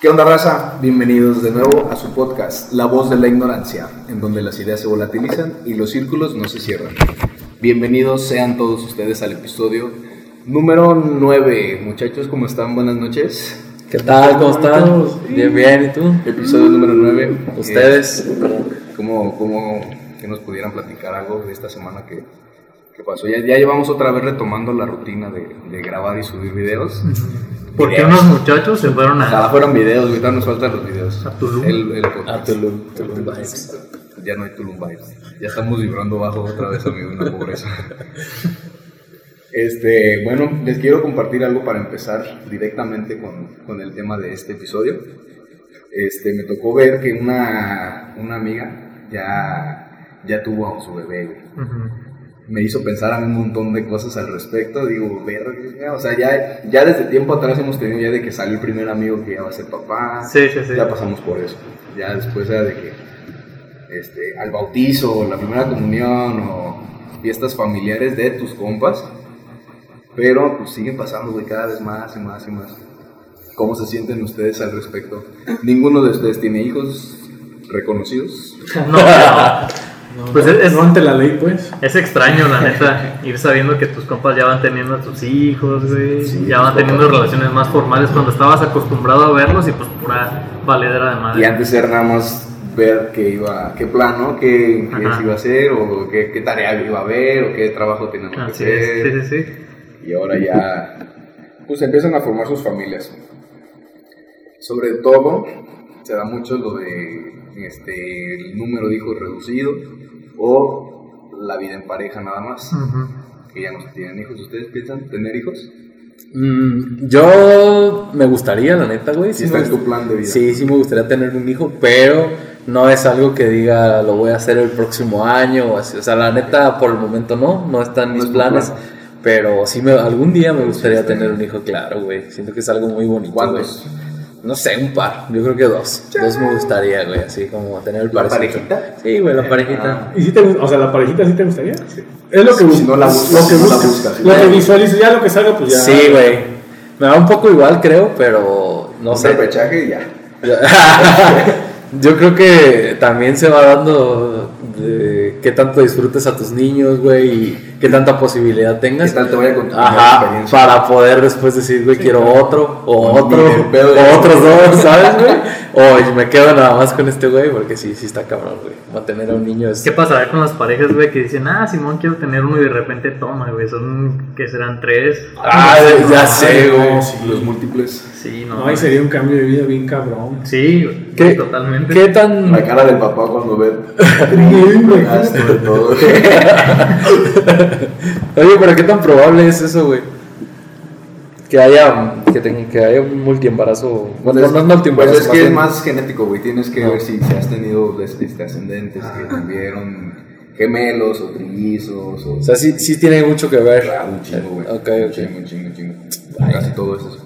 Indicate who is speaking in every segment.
Speaker 1: ¿Qué onda, raza? Bienvenidos de nuevo a su podcast, La Voz de la Ignorancia, en donde las ideas se volatilizan y los círculos no se cierran. Bienvenidos sean todos ustedes al episodio número 9. Muchachos, ¿cómo están? Buenas noches.
Speaker 2: ¿Qué tal? ¿Cómo están? Bien, bien. ¿Y tú?
Speaker 1: Episodio número 9.
Speaker 2: ¿Ustedes?
Speaker 1: ¿Cómo, cómo que nos pudieran platicar algo de esta semana que, que pasó? Ya, ya llevamos otra vez retomando la rutina de, de grabar y subir videos.
Speaker 3: Porque
Speaker 1: Videos.
Speaker 3: unos muchachos se fueron a,
Speaker 1: Ojalá fueron videos, ahorita nos faltan los videos.
Speaker 3: a Tulum.
Speaker 1: El, el podcast.
Speaker 2: A Tulum, Tulum Vibes.
Speaker 1: Pues Ya no hay Tulum Vibes. Ya estamos vibrando bajo otra vez, amigo, en la pobreza. Este, bueno, les quiero compartir algo para empezar directamente con, con el tema de este episodio. Este, me tocó ver que una, una amiga ya, ya tuvo a su bebé, güey
Speaker 3: Ujú.
Speaker 1: me hizo pensar a mí un montón de cosas al respecto. Digo, verga, o sea, ya, ya desde tiempo atrás hemos tenido ya de que salió el primer amigo que ya va a ser papá.
Speaker 3: Sí, sí, sí.
Speaker 1: Ya pasamos por eso. Ya después era de que este, al bautizo, o la primera comunión o fiestas familiares de tus compas. Pero pues siguen pasando, güey, cada vez más y más y más. ¿Cómo se sienten ustedes al respecto? ¿Ninguno de ustedes tiene hijos reconocidos?
Speaker 3: No, pero Pues es- es-
Speaker 2: no ante la ley, pues.
Speaker 3: es extraño, la neta, ir sabiendo que tus compas ya van teniendo a tus hijos, güey.
Speaker 1: Sí,
Speaker 3: ya van
Speaker 1: tus
Speaker 3: teniendo
Speaker 1: papás.
Speaker 3: relaciones más formales cuando estabas acostumbrado a verlos y pues pura valedera de
Speaker 1: Y
Speaker 3: madre.
Speaker 1: antes era nada más ver qué iba, qué plan, ¿no? Qué, qué
Speaker 3: Ajá.
Speaker 1: se iba a hacer, o qué, qué tarea iba a haber, o qué trabajo teníamos que
Speaker 3: Así
Speaker 1: hacer.
Speaker 3: es, sí, sí, sí.
Speaker 1: Y ahora ya, pues empiezan a formar sus familias. Sobre todo, se da mucho lo de este, el número de hijos reducido, o la vida en pareja nada más,
Speaker 3: Ujú.
Speaker 1: que ya no se tienen hijos. ¿Ustedes piensan tener hijos?
Speaker 2: Mm, yo me gustaría, la neta, güey.
Speaker 1: Si
Speaker 2: Sí,
Speaker 1: está
Speaker 2: me
Speaker 1: en tu plan de vida.
Speaker 2: sí, sí me gustaría tener un hijo, pero no es algo que diga lo voy a hacer el próximo año o así. O sea, la neta, por el momento no, no están
Speaker 1: No
Speaker 2: mis
Speaker 1: es tu
Speaker 2: planes.
Speaker 1: plan.
Speaker 2: Pero sí, me, algún día me gustaría
Speaker 1: está
Speaker 2: tener
Speaker 1: bien.
Speaker 2: un hijo, claro, güey. Siento que es algo muy bonito.
Speaker 1: ¿Cuántos?
Speaker 2: güey. No sé, un par. Yo creo que dos. Dos me gustaría, güey. Así como tener el
Speaker 1: ¿La
Speaker 2: parecito.
Speaker 1: parejita?
Speaker 2: Sí, güey, la parejita.
Speaker 4: ¿Y si te, gust- o sea, la parejita sí te gustaría? Es lo que
Speaker 1: Si
Speaker 4: buscas.
Speaker 1: no la buscas,
Speaker 4: lo que
Speaker 1: no la
Speaker 4: buscas.
Speaker 1: buscas.
Speaker 4: Lo que visualizas, ya lo que salga, pues ya.
Speaker 2: Sí, güey. Me da un poco igual, creo, pero no
Speaker 1: Un
Speaker 2: sé.
Speaker 1: repechaje y ya.
Speaker 2: Yo creo que también se va dando de qué tanto disfrutes a tus niños, güey, y qué tanta posibilidad tengas.
Speaker 1: ¿Qué tal te vaya con tu
Speaker 2: Ajá,
Speaker 1: experiencia?
Speaker 2: para poder después decir, güey, quiero otro, o
Speaker 1: Ni
Speaker 2: otro,
Speaker 1: de pedo,
Speaker 2: o
Speaker 1: ya.
Speaker 2: otros dos, ¿sabes, güey? O me quedo nada más con este güey, porque sí, sí está cabrón, güey. Mantener a un niño es.
Speaker 3: ¿Qué pasará con las parejas, güey, que dicen, ah, Simón, quiero tener uno y de repente toma, güey, son, que serán tres.
Speaker 2: Ah, ya sé, güey.
Speaker 1: Sí, los múltiples.
Speaker 3: Sí, no.
Speaker 4: No, ahí sería un cambio de vida bien cabrón.
Speaker 3: Sí, güey,
Speaker 2: ¿Qué-
Speaker 3: totalmente.
Speaker 2: ¿Qué tan
Speaker 1: La cara del papá cuando ve gasto de todo.
Speaker 2: Oye, pero qué tan probable es eso, güey. Que haya, que tenga- que haya un multiembarazo. Bueno, no es multiembarazo.
Speaker 1: Pues es que es
Speaker 2: bien-
Speaker 1: más genético, güey. Tienes que
Speaker 2: No.
Speaker 1: ver si, si has tenido este, este, ascendentes que
Speaker 2: Ah.
Speaker 1: tuvieron gemelos o trillizos. O,
Speaker 2: O sea, sí, sí tiene mucho que ver.
Speaker 1: Ah, un chingo, güey.
Speaker 2: Ok,
Speaker 1: Un
Speaker 2: ok.
Speaker 1: chingo, un chingo, un chingo. Casi todo eso.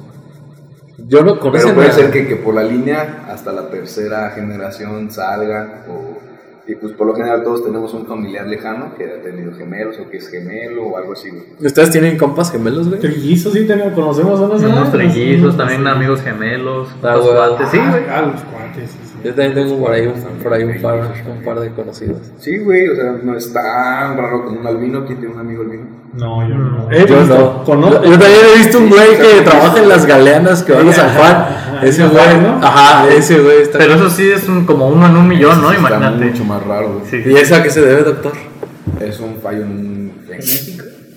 Speaker 2: Yo no con ese
Speaker 1: Pero puede
Speaker 2: no-
Speaker 1: ser que, que por la línea hasta la tercera generación salga o... Y pues por lo general todos tenemos un familiar lejano que ha tenido gemelos o que es gemelo o algo así, güey.
Speaker 2: ¿Ustedes tienen compas gemelos, güey?
Speaker 4: Trillizos sí tenemos, conocemos a
Speaker 3: Unos trellizos, también amigos gemelos,
Speaker 2: Ah,
Speaker 3: los
Speaker 2: güey.
Speaker 3: cuates, sí, güey.
Speaker 4: Ah, los cuates, sí, sí.
Speaker 2: Yo también tengo por ahí un, por ahí un par, un par de conocidos.
Speaker 1: Sí, güey, o sea, no es tan raro como un albino. ¿Quién tiene un amigo albino?
Speaker 4: No, yo
Speaker 2: Yo
Speaker 4: no.
Speaker 2: no.
Speaker 4: Eh, pues, Conozco.
Speaker 2: Yo, yo también he visto un güey que
Speaker 1: Sí.
Speaker 2: trabaja en las galeanas que van a San Juan.
Speaker 4: Ajá.
Speaker 2: Ese
Speaker 4: Ajá,
Speaker 2: güey,
Speaker 4: ¿no?
Speaker 2: ajá, ese güey está.
Speaker 3: Pero eso sí es un- como uno en un millón, ¿no?
Speaker 1: Está
Speaker 3: Imagínate.
Speaker 1: mucho más raro, güey.
Speaker 3: Sí,
Speaker 2: ¿Y
Speaker 3: sí.
Speaker 2: eso a qué se debe, doctor?
Speaker 1: Es un fallo en un gen,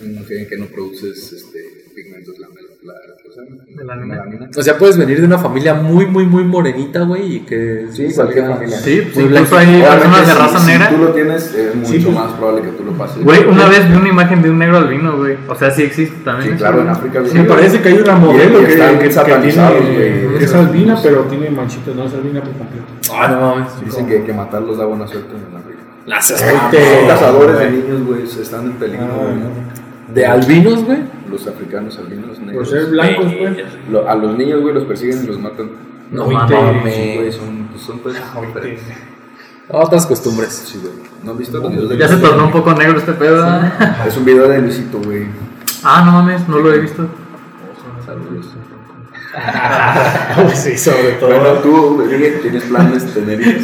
Speaker 1: en un gen que no produces este, pigmentos la, la, la cosa,
Speaker 3: Melanina.
Speaker 1: melanina.
Speaker 2: O sea, puedes venir de una familia muy, muy, muy morenita, güey, y que...
Speaker 1: Sí, cualquier familia.
Speaker 3: Sí, pues
Speaker 2: Muy blanquito.
Speaker 3: incluso hay personas
Speaker 1: Obviamente,
Speaker 3: de
Speaker 1: si-
Speaker 3: raza
Speaker 1: si
Speaker 3: negra.
Speaker 1: tú lo tienes, es mucho
Speaker 4: pues.
Speaker 1: más probable que tú lo pases.
Speaker 3: Güey, una vez vi una imagen de un negro albino, güey. O sea, sí existe también.
Speaker 1: Sí,
Speaker 3: eso,
Speaker 1: claro,
Speaker 3: güey.
Speaker 1: en África.
Speaker 4: Me parece que hay una modelo
Speaker 1: Y- y
Speaker 4: que,
Speaker 1: están
Speaker 4: que- que
Speaker 1: satanizados,
Speaker 4: tiene,
Speaker 1: güey.
Speaker 4: que es albina, pero tiene manchitas, no es albina por completo.
Speaker 2: Ah, no mames.
Speaker 1: Dicen que, que matarlos da buena suerte en África.
Speaker 2: Gracias,
Speaker 1: Son
Speaker 4: Te-
Speaker 1: cazadores de niños, güey, se están en peligro.
Speaker 4: Ah,
Speaker 1: güey.
Speaker 4: bueno.
Speaker 2: De albinos, güey.
Speaker 1: Los africanos, albinos,
Speaker 4: Por
Speaker 1: negros.
Speaker 4: ser blancos, pues.
Speaker 1: Lo- a los niños, güey, los persiguen y los matan.
Speaker 2: No
Speaker 4: Oíte.
Speaker 1: Sí, güey,
Speaker 2: mames.
Speaker 1: son, pues, son pues,
Speaker 4: Oíte.
Speaker 2: Otras costumbres.
Speaker 1: Sí, güey. ¿No han visto los videos de
Speaker 3: Ya se
Speaker 1: Luisito?
Speaker 3: tornó un poco negro este pedo. ¿verdad?
Speaker 1: Es un video de Luisito, güey.
Speaker 3: Ah, no mames, no lo he visto.
Speaker 1: Saludos.
Speaker 2: Pues sí, sobre todo.
Speaker 1: Bueno, tú, dije, ¿tienes planes de tener hijos?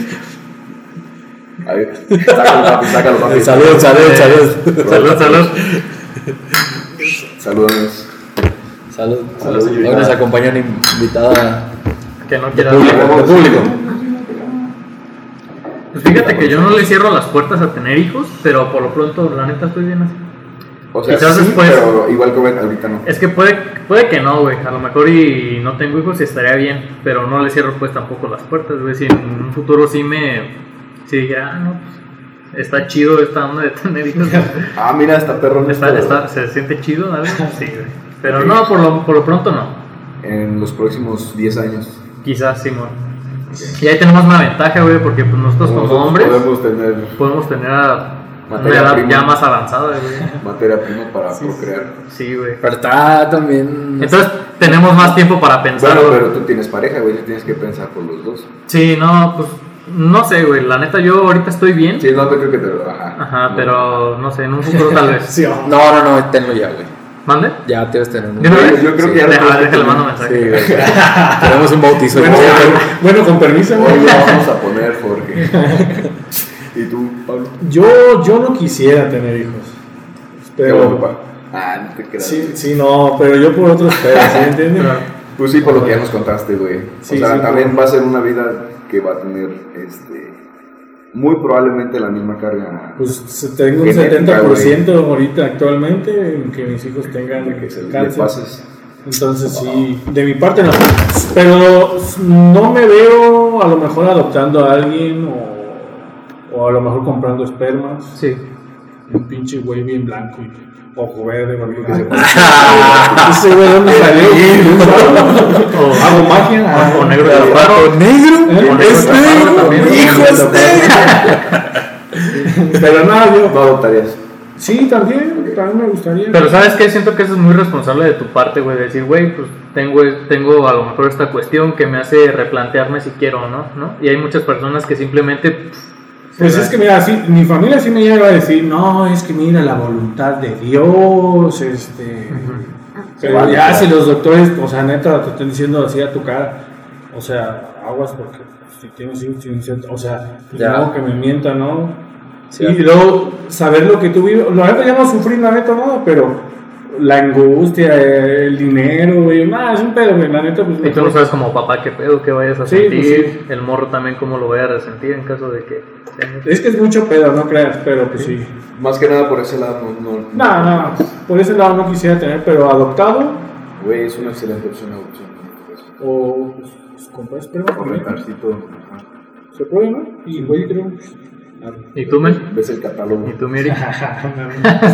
Speaker 1: A ver, sácalo, papi, sácalo, papi.
Speaker 2: eh, Salud, salud, salud.
Speaker 3: Eh, Salud, salud.
Speaker 1: Saludos.
Speaker 2: Salud.
Speaker 1: Salud,
Speaker 2: Hoy
Speaker 1: invitada.
Speaker 2: nos acompaña una invitada
Speaker 3: Que no quiera
Speaker 2: público,
Speaker 3: hablar.
Speaker 2: de público.
Speaker 3: Pues fíjate que yo no le cierro las puertas a tener hijos, pero por lo pronto, la neta, estoy bien así.
Speaker 1: O sea,
Speaker 3: Quizás
Speaker 1: sí,
Speaker 3: después-
Speaker 1: pero igual que ahorita- ahorita no.
Speaker 3: Es que puede, puede que no, güey. A lo mejor y no tengo hijos y estaría bien, pero no le cierro pues tampoco las puertas, güey. Si en un futuro sí me... Si dijera, ah, no, pues, está chido esta onda de tener hijos.
Speaker 1: Ah, mira, está perro.
Speaker 3: Está-
Speaker 1: esto.
Speaker 3: está- se siente chido, ¿sabes? Sí, güey. Pero no, por lo, por lo pronto no.
Speaker 1: En los próximos 10 años.
Speaker 3: Quizás, Simón. Y ahí tenemos una ventaja, güey, porque pues, nosotros como
Speaker 1: Nosotros
Speaker 3: hombres
Speaker 1: Podemos tener
Speaker 3: podemos tener a una
Speaker 1: Materia
Speaker 3: edad
Speaker 1: prima.
Speaker 3: ya más avanzada, güey.
Speaker 1: materia prima para procrear.
Speaker 3: Sí, güey.
Speaker 2: Pero está también.
Speaker 3: Entonces tenemos más tiempo para pensar.
Speaker 1: Bueno,
Speaker 3: güey.
Speaker 1: pero tú tienes pareja, güey, tú tienes que pensar por los dos.
Speaker 3: Sí, no, pues no sé, güey. La neta, yo ahorita estoy bien.
Speaker 1: Sí, no te creo que te lo ajá.
Speaker 3: Ajá,
Speaker 1: No.
Speaker 3: pero no sé, en un futuro tal vez.
Speaker 4: Sí, oh.
Speaker 2: No, no, no, tenlo ya, güey.
Speaker 3: ¿Mande?
Speaker 2: Ya te vas a tener un.
Speaker 3: ¿De una vez?
Speaker 1: yo creo que ya lo
Speaker 3: Deja,
Speaker 1: tengo
Speaker 3: déjale,
Speaker 1: que
Speaker 3: mando
Speaker 2: Sí,
Speaker 3: mensaje.
Speaker 2: güey. Tenemos un bautizo.
Speaker 4: Bueno,
Speaker 2: ya.
Speaker 4: con- bueno, con permiso,
Speaker 1: Hoy
Speaker 4: güey.
Speaker 1: lo vamos a poner porque. ¿Y tú, Pablo?
Speaker 4: Yo, yo no quisiera tener hijos.
Speaker 1: Te
Speaker 4: Pero.
Speaker 1: ocupa. Ah, no te creas.
Speaker 4: Sí, sí, no, pero yo por otros pedos, ¿sí me entienden?
Speaker 1: Pues sí, por lo que ya nos contaste, güey.
Speaker 4: Sí,
Speaker 1: o sea,
Speaker 4: sí,
Speaker 1: también
Speaker 4: por-
Speaker 1: va a ser una vida que va a tener, este, muy probablemente la misma carga.
Speaker 4: Pues tengo un
Speaker 1: Genética,
Speaker 4: 70% ahorita actualmente en que mis hijos tengan
Speaker 1: de que se le
Speaker 4: cáncer.
Speaker 1: pases.
Speaker 4: Entonces sí, de mi parte no. Pero no me veo a lo mejor adoptando a alguien o, o a lo mejor comprando espermas.
Speaker 3: Sí.
Speaker 4: Un pinche güey bien blanco y ojo verde, güey.
Speaker 1: Que se
Speaker 4: Ah,
Speaker 1: pase.
Speaker 4: Ese güey dónde salió.
Speaker 3: O,
Speaker 4: Hago magia.
Speaker 3: o- o negro de
Speaker 2: Pero
Speaker 3: la
Speaker 2: Paco negro,
Speaker 4: Paco
Speaker 2: es
Speaker 3: negro
Speaker 2: negro,
Speaker 3: también.
Speaker 2: hijo es negro.
Speaker 4: Pero no, yo.
Speaker 1: No adoptarías.
Speaker 4: Sí, también, también me gustaría.
Speaker 3: Pero ¿sabes qué? Siento que eso es muy responsable de tu parte, güey. Decir, güey, pues tengo, tengo a lo mejor esta cuestión que me hace replantearme si quiero o no, ¿no? Y hay muchas personas que simplemente... pff,
Speaker 4: Pues es que mira, sí, mi familia sí me llega a decir, no, es que mira la voluntad de Dios, este... Pero
Speaker 1: Vale,
Speaker 4: ya
Speaker 1: claro.
Speaker 4: si los doctores, o sea, neta, te están diciendo así a tu cara, o sea, aguas porque si tienes hijos, tienes hijos, o sea, pues,
Speaker 2: Ya.
Speaker 4: no, que me mientan, ¿no?
Speaker 2: Sí.
Speaker 4: Y luego saber lo que tú vives, la neta ya no sufrí la neta nada, pero la angustia, el dinero, güey, nada, es un pedo, güey, la neta, pues...
Speaker 3: Y tú no sabes como papá qué pedo, qué vayas a
Speaker 4: Sí,
Speaker 3: sentir.
Speaker 4: pues, sí.
Speaker 3: El morro también cómo lo vaya a resentir en caso de que... tenga-
Speaker 4: Es que es mucho pedo, no creas, pero pues sí.
Speaker 1: Más que nada por ese lado, no. no-
Speaker 4: No, no, por ese lado no quisiera tener, pero adoptado
Speaker 1: Güey, es una excelente opción la opción.
Speaker 4: o pues, pues, comprar esperma
Speaker 1: Por
Speaker 4: también.
Speaker 1: rentarcito.
Speaker 4: Se puede, ¿no? Y güey, creo.
Speaker 3: ¿Y tú, men?
Speaker 1: Ves el catálogo.
Speaker 3: ¿Y tú, Miri?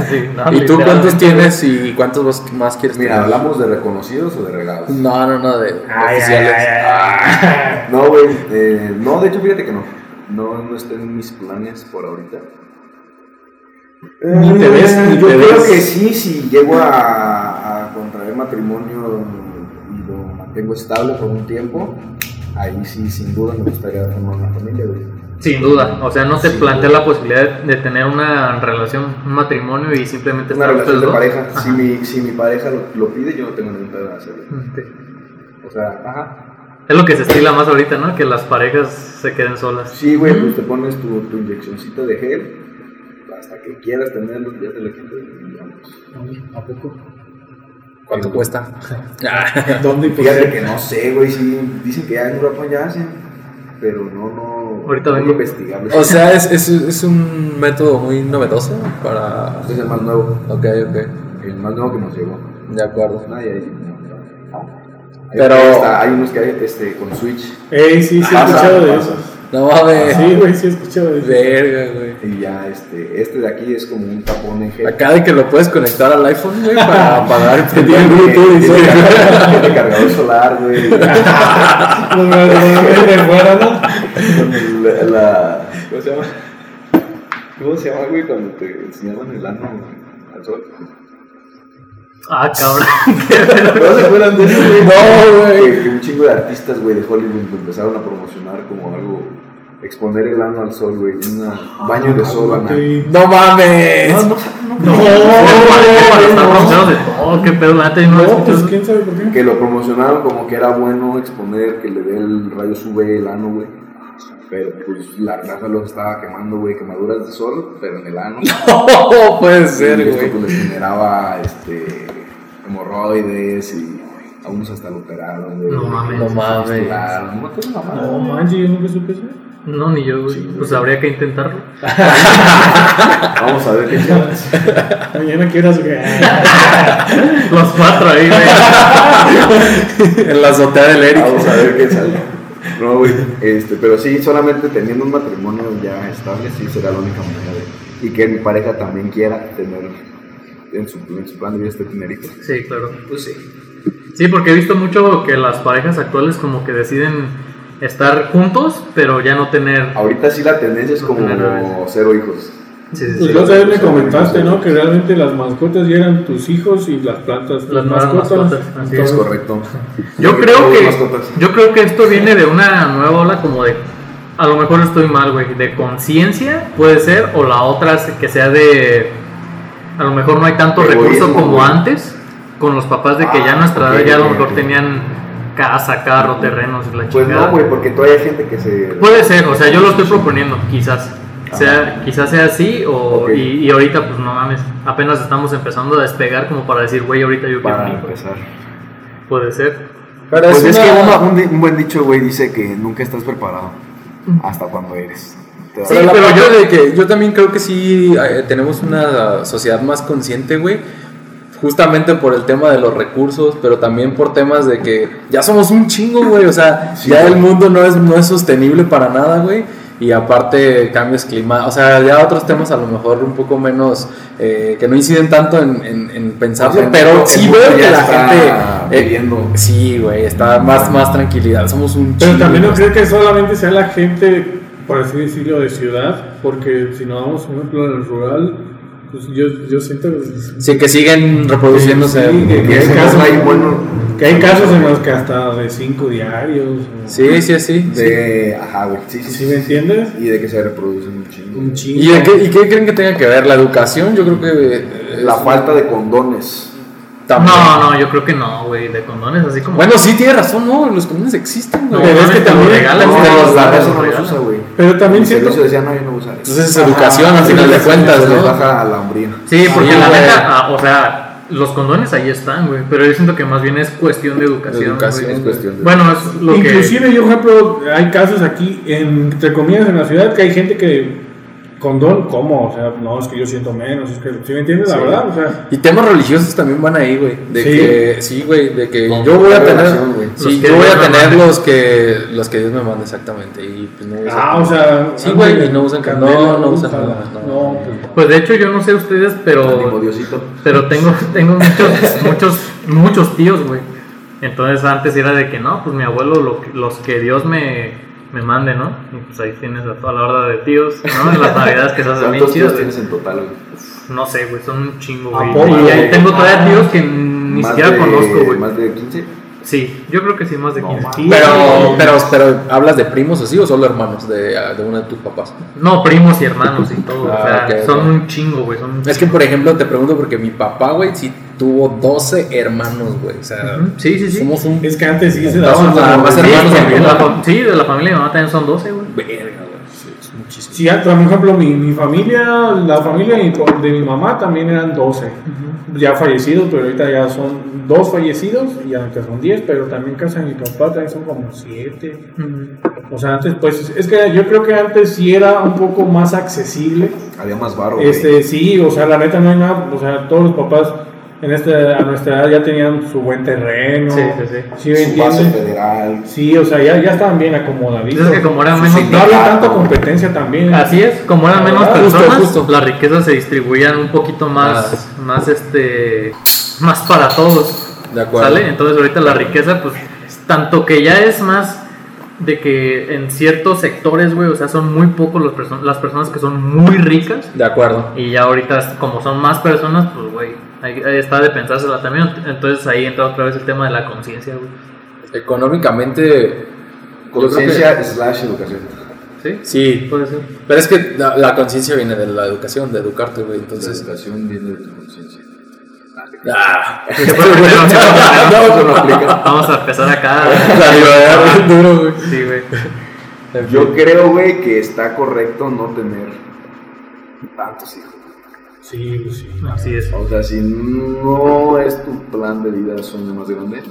Speaker 3: Sí, no,
Speaker 2: ¿Y tú
Speaker 3: literal.
Speaker 2: cuántos tienes y cuántos vas- más quieres
Speaker 1: Mira,
Speaker 2: tener?
Speaker 1: ¿hablamos de reconocidos o de regados?
Speaker 2: No, no, no, de
Speaker 4: Ay, ay,
Speaker 2: oficiales.
Speaker 1: Ah, No, güey. eh, no, de hecho, fíjate que no. No, no está en mis planes por ahorita.
Speaker 4: Ni te ves, ni
Speaker 1: yo
Speaker 4: te
Speaker 1: creo
Speaker 4: ves.
Speaker 1: que sí, si llego a, a contraer matrimonio y lo mantengo estable por un tiempo, ahí sí, sin duda, me gustaría formar una familia, güey.
Speaker 3: Sin duda, o sea, no se plantea la posibilidad de tener una relación, un matrimonio y simplemente
Speaker 1: Una
Speaker 3: estar
Speaker 1: relación
Speaker 3: ustedes
Speaker 1: de
Speaker 3: dos.
Speaker 1: pareja. Si
Speaker 3: Ajá.
Speaker 1: mi, si mi pareja lo, lo pide, yo no tengo ningún problema de hacerlo.
Speaker 3: Sí.
Speaker 1: O sea, ajá.
Speaker 3: Este, Es lo que se estila más ahorita, ¿no? Que las parejas se queden solas.
Speaker 1: Sí, güey, pues te pones tu, tu inyeccioncita de gel hasta que quieras tenerlo, ya te lo quito y vamos.
Speaker 4: ¿A poco?
Speaker 2: ¿Cuánto cuesta?
Speaker 4: ¿Dónde y por
Speaker 1: Fíjate
Speaker 4: qué?
Speaker 1: que no sé, güey, sí, dicen que ya en Europa ya hacen, pero no, no.
Speaker 3: Ahorita
Speaker 1: no
Speaker 3: vengo.
Speaker 1: investigable.
Speaker 2: O sea, es, es, es un método muy novedoso para...
Speaker 1: este es el más nuevo,
Speaker 2: Ok, ok,
Speaker 1: el más nuevo que nos llegó. Ah,
Speaker 2: de acuerdo.
Speaker 1: Nadie ahí. Hay-
Speaker 2: Pero-
Speaker 1: está- hay unos que hay este, con Switch
Speaker 4: Ey, sí, sí, he
Speaker 1: Pasa,
Speaker 4: escuchado de
Speaker 1: pasa.
Speaker 4: eso.
Speaker 2: No mames.
Speaker 4: Sí, güey, sí, he escuchado de eso.
Speaker 2: Verga, güey.
Speaker 1: y ya este, este de aquí es como un tapón en gel.
Speaker 2: Acá de que lo puedes conectar al iPhone, güey, para pagar
Speaker 4: Te tiene Bluetooth,
Speaker 1: Tiene
Speaker 4: dice.
Speaker 1: cargador- tiene cargador solar, güey.
Speaker 4: No me lo voy de fuera, ¿no?
Speaker 1: Con el- la, ¿Cómo se llama? ¿Cómo se llama, güey, cuando te enseñaban el ano güey, al sol?
Speaker 3: Ah, cabrón.
Speaker 1: ¿No se acuerdan de eso, güey?
Speaker 2: No, güey.
Speaker 1: Que, que un chingo de artistas, güey, de Hollywood lo empezaron a promocionar como algo exponer el ano al sol, güey. Un baño de sol,
Speaker 4: Ok.
Speaker 1: anal.
Speaker 2: ¡No mames!
Speaker 4: No, no,
Speaker 3: No, para estar bronceado de todo, qué pedo, la neta, yo no
Speaker 4: no, pues
Speaker 3: escucho-
Speaker 4: quién sabe por qué.
Speaker 1: Que lo promocionaron como que era bueno exponer, que le dé el rayo sube el ano, güey. Pero pues la raza los estaba quemando, güey, quemaduras de sol, pero en el ano.
Speaker 2: No puede
Speaker 1: Y
Speaker 2: ser,
Speaker 1: esto,
Speaker 2: güey.
Speaker 1: pues, les generaba este, hemorroides y a unos hasta lo operaron, güey.
Speaker 3: No mames.
Speaker 2: No mames.
Speaker 1: Postularon, No, todo una mamada.
Speaker 4: No manches, yo nunca supe eso.
Speaker 3: No, ni yo, güey. Pues habría que intentarlo.
Speaker 1: Vamos a ver qué chingados.
Speaker 4: Mañana quieras, güey.
Speaker 3: Los cuatro ahí, güey.
Speaker 2: En la azotea del
Speaker 1: Vamos a
Speaker 2: Eric.
Speaker 1: ver qué sale. No, güey. Este, pero sí, solamente teniendo un matrimonio ya estable, sí será la única manera de. Y que mi pareja también quiera tener en su, en su plan de vida este dinerito.
Speaker 3: Sí, claro.
Speaker 1: Pues sí.
Speaker 3: Sí, porque he visto mucho que las parejas actuales como que deciden estar juntos, pero ya no tener...
Speaker 1: Ahorita sí la tendencia es como
Speaker 3: No, no,
Speaker 1: cero hijos.
Speaker 3: Sí, sí,
Speaker 4: Pues
Speaker 3: sí.
Speaker 4: la otra vez me comentaste, ¿no? Que realmente las mascotas ya eran tus hijos y las plantas tus
Speaker 3: Las nuevas mascotas,
Speaker 1: Es
Speaker 3: así Entonces-
Speaker 1: correcto.
Speaker 3: Yo creo
Speaker 1: Todas las
Speaker 3: que
Speaker 1: mascotas.
Speaker 3: yo creo que esto viene de una nueva ola como de a lo mejor estoy mal, güey, de conciencia puede ser o la otra se- que sea de a lo mejor no hay tanto
Speaker 1: Egoísmo,
Speaker 3: recurso como
Speaker 1: güey.
Speaker 3: antes con los papás de que
Speaker 1: Ah,
Speaker 3: ya a nuestra edad
Speaker 1: ok,
Speaker 3: ya a lo
Speaker 1: ok,
Speaker 3: mejor
Speaker 1: ok.
Speaker 3: tenían casa, carro, terrenos, y la
Speaker 1: Pues
Speaker 3: chingada.
Speaker 1: no, güey, porque todavía hay gente que se.
Speaker 3: Puede ser, o sea, yo lo estoy proponiendo, quizás. Sea, quizás sea así o
Speaker 1: Ok.
Speaker 3: y, y ahorita pues no mames, apenas estamos empezando a despegar como para decir, güey, ahorita yo quiero
Speaker 1: Para
Speaker 3: un hijo.
Speaker 1: empezar.
Speaker 3: Puede ser.
Speaker 2: Pero
Speaker 1: Pues es,
Speaker 2: una-
Speaker 1: que una- un, di- un buen dicho, güey, dice que nunca estás preparado hasta cuando eres. Te da-
Speaker 3: Sí,
Speaker 2: Pero, la
Speaker 3: pero
Speaker 2: parte
Speaker 3: yo-
Speaker 2: de que yo también creo que sí eh, tenemos una sociedad más consciente, güey. Justamente por el tema de los recursos, pero también por temas de que ya somos un chingo, güey. O sea,
Speaker 1: Sí,
Speaker 2: ya
Speaker 1: güey.
Speaker 2: el mundo no es, no es sostenible para nada, güey. Y aparte cambios climáticos, o sea, ya otros temas a lo mejor un poco menos, eh, que no inciden tanto en, en, en pensarlo,
Speaker 1: O sea,
Speaker 2: pero
Speaker 1: el
Speaker 2: sí
Speaker 1: mundo
Speaker 2: veo
Speaker 1: ya
Speaker 2: que la
Speaker 1: está
Speaker 2: gente... eh,
Speaker 1: viviendo.
Speaker 2: sí, güey, está más, más tranquilidad, somos un chingo.
Speaker 4: Pero también no
Speaker 2: güey.
Speaker 4: creo que solamente sea la gente, por así decirlo, de ciudad, porque si nos vamos, por ejemplo, en el rural, pues yo, yo siento que
Speaker 2: Sí, que siguen reproduciéndose.
Speaker 4: Sí, que-
Speaker 1: Y
Speaker 4: que-
Speaker 1: es
Speaker 4: hay
Speaker 1: que
Speaker 4: casos-
Speaker 1: hay bueno
Speaker 4: que hay casos en los que hasta de cinco diarios. o-
Speaker 2: Sí, sí, sí.
Speaker 1: de. Ajá, güey. Sí, sí,
Speaker 4: ¿Sí
Speaker 1: sí,
Speaker 4: me entiendes?
Speaker 1: Y de que se reproducen un chingo.
Speaker 4: Un chingo.
Speaker 2: ¿Y, de qué, y qué creen que tenga que ver? ¿La educación? Yo creo que... eh,
Speaker 1: La
Speaker 2: es-
Speaker 1: falta de condones.
Speaker 2: también.
Speaker 3: No, no, yo creo que no, güey, de condones así como.
Speaker 2: Bueno, sí, tiene razón, ¿no? Los condones existen, güey.
Speaker 3: No,
Speaker 4: Pero es
Speaker 3: mames,
Speaker 4: que
Speaker 3: te lo
Speaker 4: también-
Speaker 3: regalan,
Speaker 4: no,
Speaker 3: te
Speaker 1: la
Speaker 3: Ah, los
Speaker 1: raza
Speaker 3: dan, te
Speaker 1: no
Speaker 3: los
Speaker 1: los
Speaker 3: regalan.
Speaker 1: usa, güey.
Speaker 4: Pero también
Speaker 1: El
Speaker 4: siento.
Speaker 1: servicio decía, no, yo no voy a usar eso".
Speaker 2: Entonces es
Speaker 4: Ajá.
Speaker 2: educación al
Speaker 4: Sí,
Speaker 2: final de
Speaker 4: sí,
Speaker 2: cuentas,
Speaker 1: Se les
Speaker 2: ¿no?
Speaker 1: baja a la hombría.
Speaker 3: Sí, porque
Speaker 2: Sí,
Speaker 3: la
Speaker 2: güey.
Speaker 3: neta, ah, o sea, los condones ahí están, güey, pero yo siento que más bien es cuestión de educación.
Speaker 2: De educación,
Speaker 3: güey.
Speaker 1: Es cuestión de.
Speaker 3: Bueno, es lo que.
Speaker 4: Inclusive yo, por ejemplo, hay casos aquí, en- entre comillas, en la ciudad, que hay gente que condón, ¿cómo? O sea, no, es que yo siento menos, es que, ¿sí me entiendes? La
Speaker 2: Sí.
Speaker 4: verdad, o sea,
Speaker 2: Y temas religiosos también van ahí, güey. De
Speaker 4: Sí.
Speaker 2: que, sí, güey, de que
Speaker 1: Con
Speaker 2: yo voy a
Speaker 1: la
Speaker 2: tener,
Speaker 1: relación, güey.
Speaker 2: sí,
Speaker 3: Los que
Speaker 2: yo voy
Speaker 3: Dios
Speaker 2: a
Speaker 3: me
Speaker 2: tener
Speaker 3: mande.
Speaker 2: los que, los que Dios me manda exactamente. Y pues no usan-
Speaker 4: ah, o sea,
Speaker 2: Sí, güey, y no usan
Speaker 4: usan
Speaker 2: condón, no usan
Speaker 4: nada.
Speaker 2: nada,
Speaker 4: No,
Speaker 2: no.
Speaker 4: pues,
Speaker 3: Pues de hecho, yo no sé ustedes,
Speaker 1: Ánimo,
Speaker 3: pero.
Speaker 1: Diosito.
Speaker 3: Pero tengo, tengo muchos, muchos, muchos tíos, güey. Entonces antes era de que no, pues mi abuelo, lo que- los que Dios me, me mande, ¿no? Y pues ahí tienes a toda la horda de tíos, ¿no? En las navidades que se hacen bien
Speaker 1: ¿Cuántos
Speaker 3: chidas,
Speaker 1: tíos
Speaker 3: güey.
Speaker 1: tienes en total, güey?
Speaker 3: No sé, güey, son un chingo,
Speaker 4: ¿A
Speaker 3: güey.
Speaker 4: poco?
Speaker 3: Y ahí tengo todavía tíos que ni
Speaker 1: Más
Speaker 3: siquiera
Speaker 1: de-
Speaker 3: conozco, güey.
Speaker 1: Más de 15.
Speaker 3: Sí, yo creo que sí, más de
Speaker 1: No
Speaker 3: 15.
Speaker 1: mames.
Speaker 2: Pero, pero, pero, ¿hablas de primos así o solo hermanos de, de uno de tus papás?
Speaker 3: No, primos y hermanos y todo. o
Speaker 2: Ah,
Speaker 3: sea,
Speaker 2: ok,
Speaker 3: son
Speaker 2: ok.
Speaker 3: un chingo, güey. Son un
Speaker 2: Es que, por ejemplo, te pregunto porque mi papá, güey, sí tuvo 12 hermanos, güey. O sea,
Speaker 3: Ujú, Sí, sí, sí.
Speaker 2: somos un.
Speaker 4: es que antes sí se
Speaker 2: No,
Speaker 4: daban
Speaker 2: nada
Speaker 4: como-
Speaker 2: más
Speaker 3: Sí,
Speaker 2: hermanos
Speaker 3: porque
Speaker 2: de mi
Speaker 3: la
Speaker 2: mamá.
Speaker 3: fa- sí, de la familia de mi mamá también son 12, güey.
Speaker 2: Verga, güey. sí, es muchísimo.
Speaker 4: Sí, ah, por ejemplo, mi, mi familia, la familia de mi- de mi mamá también eran 12. Ya fallecidos, pero ahorita ya son dos fallecidos y aunque son 10, pero también casa de mi papá también son como 7.
Speaker 3: Ujú.
Speaker 4: O sea, antes pues, es que yo creo que antes sí era un poco más accesible.
Speaker 1: Había más barro, güey.
Speaker 4: Este, sí, o sea, la neta no hay nada, o sea, todos los papás en esta, a nuestra edad ya tenían su buen terreno.
Speaker 3: Sí, sí, sí.
Speaker 4: ¿Sí me
Speaker 1: Su base
Speaker 4: entiendes?
Speaker 1: federal.
Speaker 4: Sí, o sea, ya, ya estaban bien acomodaditos.
Speaker 3: Entonces, Pues que como eran menos.
Speaker 1: sí,
Speaker 4: No había tanta competencia también.
Speaker 3: Así es, como eran menos
Speaker 4: Ah,
Speaker 2: justo,
Speaker 3: personas,
Speaker 2: justo.
Speaker 3: las riquezas se distribuían un poquito más, más este, más para todos.
Speaker 2: De acuerdo.
Speaker 3: ¿Sale? Entonces ahorita la riqueza, pues, tanto que ya es más de que en ciertos sectores, güey, o sea, son muy pocos los perso- las personas que son muy ricas
Speaker 2: De acuerdo.
Speaker 3: y ya ahorita como son más personas, pues, güey, ahí ahí está de pensársela también. Entonces ahí entra otra vez el tema de la conciencia, güey.
Speaker 2: Económicamente. yo creo que-
Speaker 1: Conciencia slash educación.
Speaker 3: ¿Sí?
Speaker 2: Sí,
Speaker 3: Puede ser.
Speaker 2: pero es que la, la conciencia viene de la educación, de educarte, güey.
Speaker 5: La
Speaker 2: Entonces,
Speaker 5: educación viene de tu conciencia.
Speaker 2: ah,
Speaker 1: Eso no aplica.
Speaker 3: Vamos a empezar acá.
Speaker 2: la libertad bien duro, güey.
Speaker 3: Sí, güey.
Speaker 1: Yo creo, güey, que está correcto no tener tantos hijos.
Speaker 4: Sí, pues sí.
Speaker 3: Así es.
Speaker 5: O sea, si no es tu plan de vida, sueño más grande.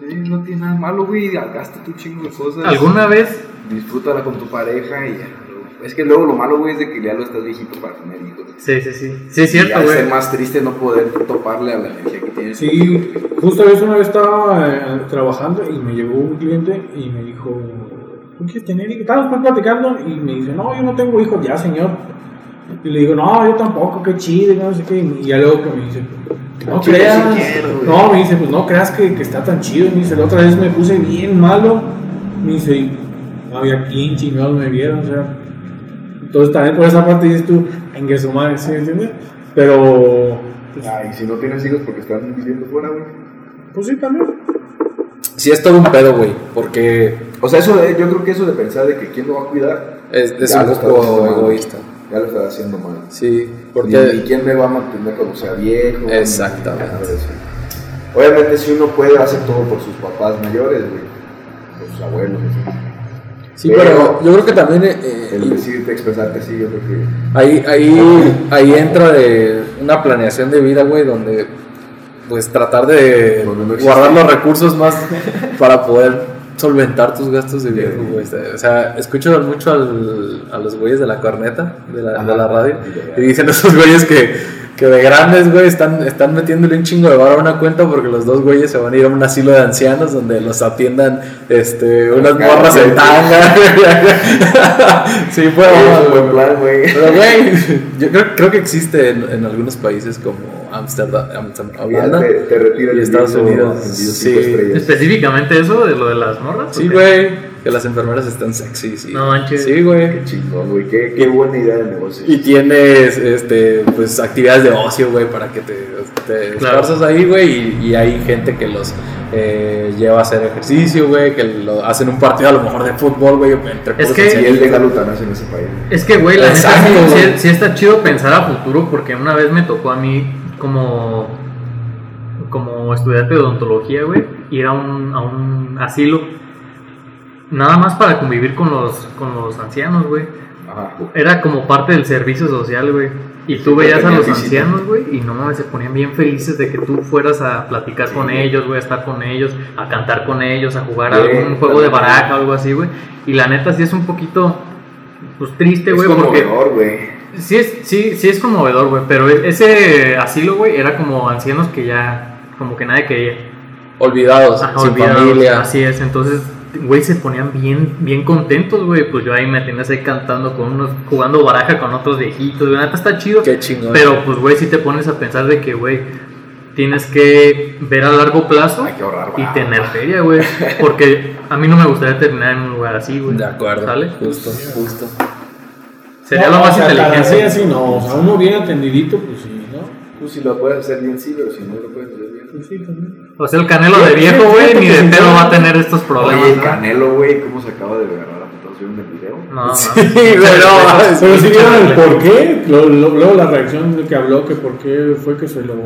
Speaker 1: Sí, no tiene nada malo, güey. Gasta tu chingo de cosas.
Speaker 3: ¿Alguna vez?
Speaker 1: Disfrútala con tu pareja y ya. Es que luego lo malo, güey, es de que ya lo estás viejito para tener hijos.
Speaker 3: Sí, sí, sí. Sí, es
Speaker 1: Y
Speaker 3: cierto,
Speaker 1: ha de ser
Speaker 3: güey.
Speaker 1: más triste no poder toparle a la energía que tienes.
Speaker 4: Sí, justo eso una vez estaba eh, trabajando y me llegó un cliente y me dijo, ¿tú quieres tener hijos? Estábamos pues, platicando y me dice, no, yo no tengo hijos ya, señor. Y le digo, no, yo tampoco, qué chido, y no sé qué. Y ya luego que me dice, no
Speaker 1: Yo
Speaker 4: creas,
Speaker 1: sí quiero, güey.
Speaker 4: no, me dice, pues no creas que, que está tan chido. Y me dice, la otra vez me puse bien malo. Me dice, y no había quién chingados me vieron, o sea. Entonces también por esa parte dices tú, en que su madre, ¿sí me entiendes? Pero, pues,
Speaker 1: Ay, Ah, si no tienes hijos porque están viviendo fuera, güey.
Speaker 4: pues sí, también.
Speaker 2: Sí, es todo un pedo, güey. Porque
Speaker 1: O sea, eso de- yo creo que eso de pensar de que quién lo va a cuidar,
Speaker 2: es, es
Speaker 1: Ya
Speaker 2: un
Speaker 1: lo
Speaker 2: poco
Speaker 1: estás-
Speaker 2: egoísta.
Speaker 1: ya lo está haciendo mal.
Speaker 2: Sí,
Speaker 1: Porque... ¿Y
Speaker 2: porque.
Speaker 1: quién me va a mantener cuando sea viejo?
Speaker 2: Exactamente.
Speaker 1: Nada de eso. Obviamente si uno puede hacer todo por sus papás mayores, güey. Por sus abuelos. así.
Speaker 2: Sí, pero yo creo que también. eh, eh,
Speaker 1: El decirte, expresarte, sí, yo creo que...
Speaker 2: Ahí, ahí, ahí entra de una planeación de vida, güey, donde pues tratar de
Speaker 1: Donde no existe.
Speaker 2: guardar los recursos más para poder solventar tus gastos de viejo, güey. O sea, escucho mucho al- a los güeyes de la corneta, de la, de la radio, y dicen esos güeyes que, que de grandes, güey, están, están metiéndole un chingo de barro a una cuenta porque los dos güeyes se van a ir a un asilo de ancianos donde los atiendan este, unas
Speaker 1: Acá,
Speaker 2: morras en
Speaker 1: güey.
Speaker 2: tanga. sí, pues,
Speaker 1: Es un
Speaker 2: güey.
Speaker 1: buen plan, güey.
Speaker 2: Pero, güey, yo creo, creo que existe en, en algunos países como Ámsterdam, Ámsterdam, Viena
Speaker 1: Ah, Te, te retira
Speaker 2: y
Speaker 1: el
Speaker 2: Estados
Speaker 1: visto
Speaker 2: Unidos.
Speaker 1: vendido cinco
Speaker 2: Sí,
Speaker 1: estrellas.
Speaker 3: ¿Específicamente eso de lo de las morras?
Speaker 2: sí,
Speaker 3: ¿O qué?
Speaker 2: güey, que las enfermeras están sexy, sí.
Speaker 3: No manches.
Speaker 2: Sí, güey.
Speaker 1: Qué chingón, güey. Qué, qué buena idea de negocio.
Speaker 2: Y tienes, este, pues, actividades de ocio, güey, para que te, te
Speaker 3: Claro.
Speaker 2: esfuerzas ahí, güey, y, y hay gente que los eh, lleva a hacer ejercicio, güey, que lo hacen un partido a lo mejor de fútbol, güey, entre puros
Speaker 3: que-
Speaker 1: Y es
Speaker 2: ancianitos.
Speaker 1: legal eutanasia en ese país.
Speaker 3: Es que, güey, la neta
Speaker 2: Exacto,
Speaker 3: sí-
Speaker 2: güey.
Speaker 3: sí, sí está chido pensar a futuro porque una vez me tocó a mí como, como estudiante de odontología, güey, ir a un, a un asilo nada más para convivir con los, con los ancianos, güey.
Speaker 1: Ajá.
Speaker 3: Era como parte del servicio social, güey. Y tú
Speaker 1: Sí,
Speaker 3: veías a
Speaker 1: tenía
Speaker 3: los
Speaker 1: visita.
Speaker 3: ancianos, güey, y no mames, se ponían bien felices de que tú fueras a platicar con ellos, güey, a estar con ellos, a cantar con ellos, a jugar
Speaker 1: Sí,
Speaker 3: algún juego de
Speaker 1: también.
Speaker 3: baraja o algo así, güey. Y la neta sí es un poquito, pues triste,
Speaker 1: Es
Speaker 3: güey, porque
Speaker 1: conmovedor, güey.
Speaker 3: sí es, sí, sí es conmovedor, güey, pero e- ese asilo, güey, era como ancianos que ya, como que nadie quería.
Speaker 2: olvidados,
Speaker 3: Ajá,
Speaker 2: sin
Speaker 3: olvidados,
Speaker 2: familia.
Speaker 3: Así es, entonces, güey, se ponían bien, bien contentos, güey, pues yo ahí me tenías ahí cantando con unos, jugando baraja con otros viejitos, güey, la neta está chido.
Speaker 2: Qué chingón.
Speaker 3: Pero pues, güey, si te pones a pensar de que, güey, tienes que ver a largo plazo
Speaker 1: Hay que ahorrar,
Speaker 3: y
Speaker 1: va.
Speaker 3: tener feria, güey. Porque a mí no me gustaría terminar en un lugar así, güey.
Speaker 2: de acuerdo.
Speaker 3: ¿Sale?
Speaker 2: Justo, justo.
Speaker 3: Sería lo
Speaker 4: No,
Speaker 3: más
Speaker 4: o sea,
Speaker 3: inteligente.
Speaker 4: tardar así, no, o sea, uno bien atendidito, pues sí, ¿no?
Speaker 1: Tú si lo puedes hacer bien, sí, pero si no lo puedes hacer bien.
Speaker 4: Pues sí, también.
Speaker 3: O sea, el canelo de viejo, güey, ni de pedo va a tener estos
Speaker 1: Oye,
Speaker 3: problemas. ¿no?
Speaker 1: Canelo, güey, ¿cómo se acaba de agarrar la puntuación del video?
Speaker 3: No, no.
Speaker 2: Sí, güey, no, mames.
Speaker 4: Pero sí vieron el por qué, lo- lo- luego la reacción de que habló, que por qué fue que se lo,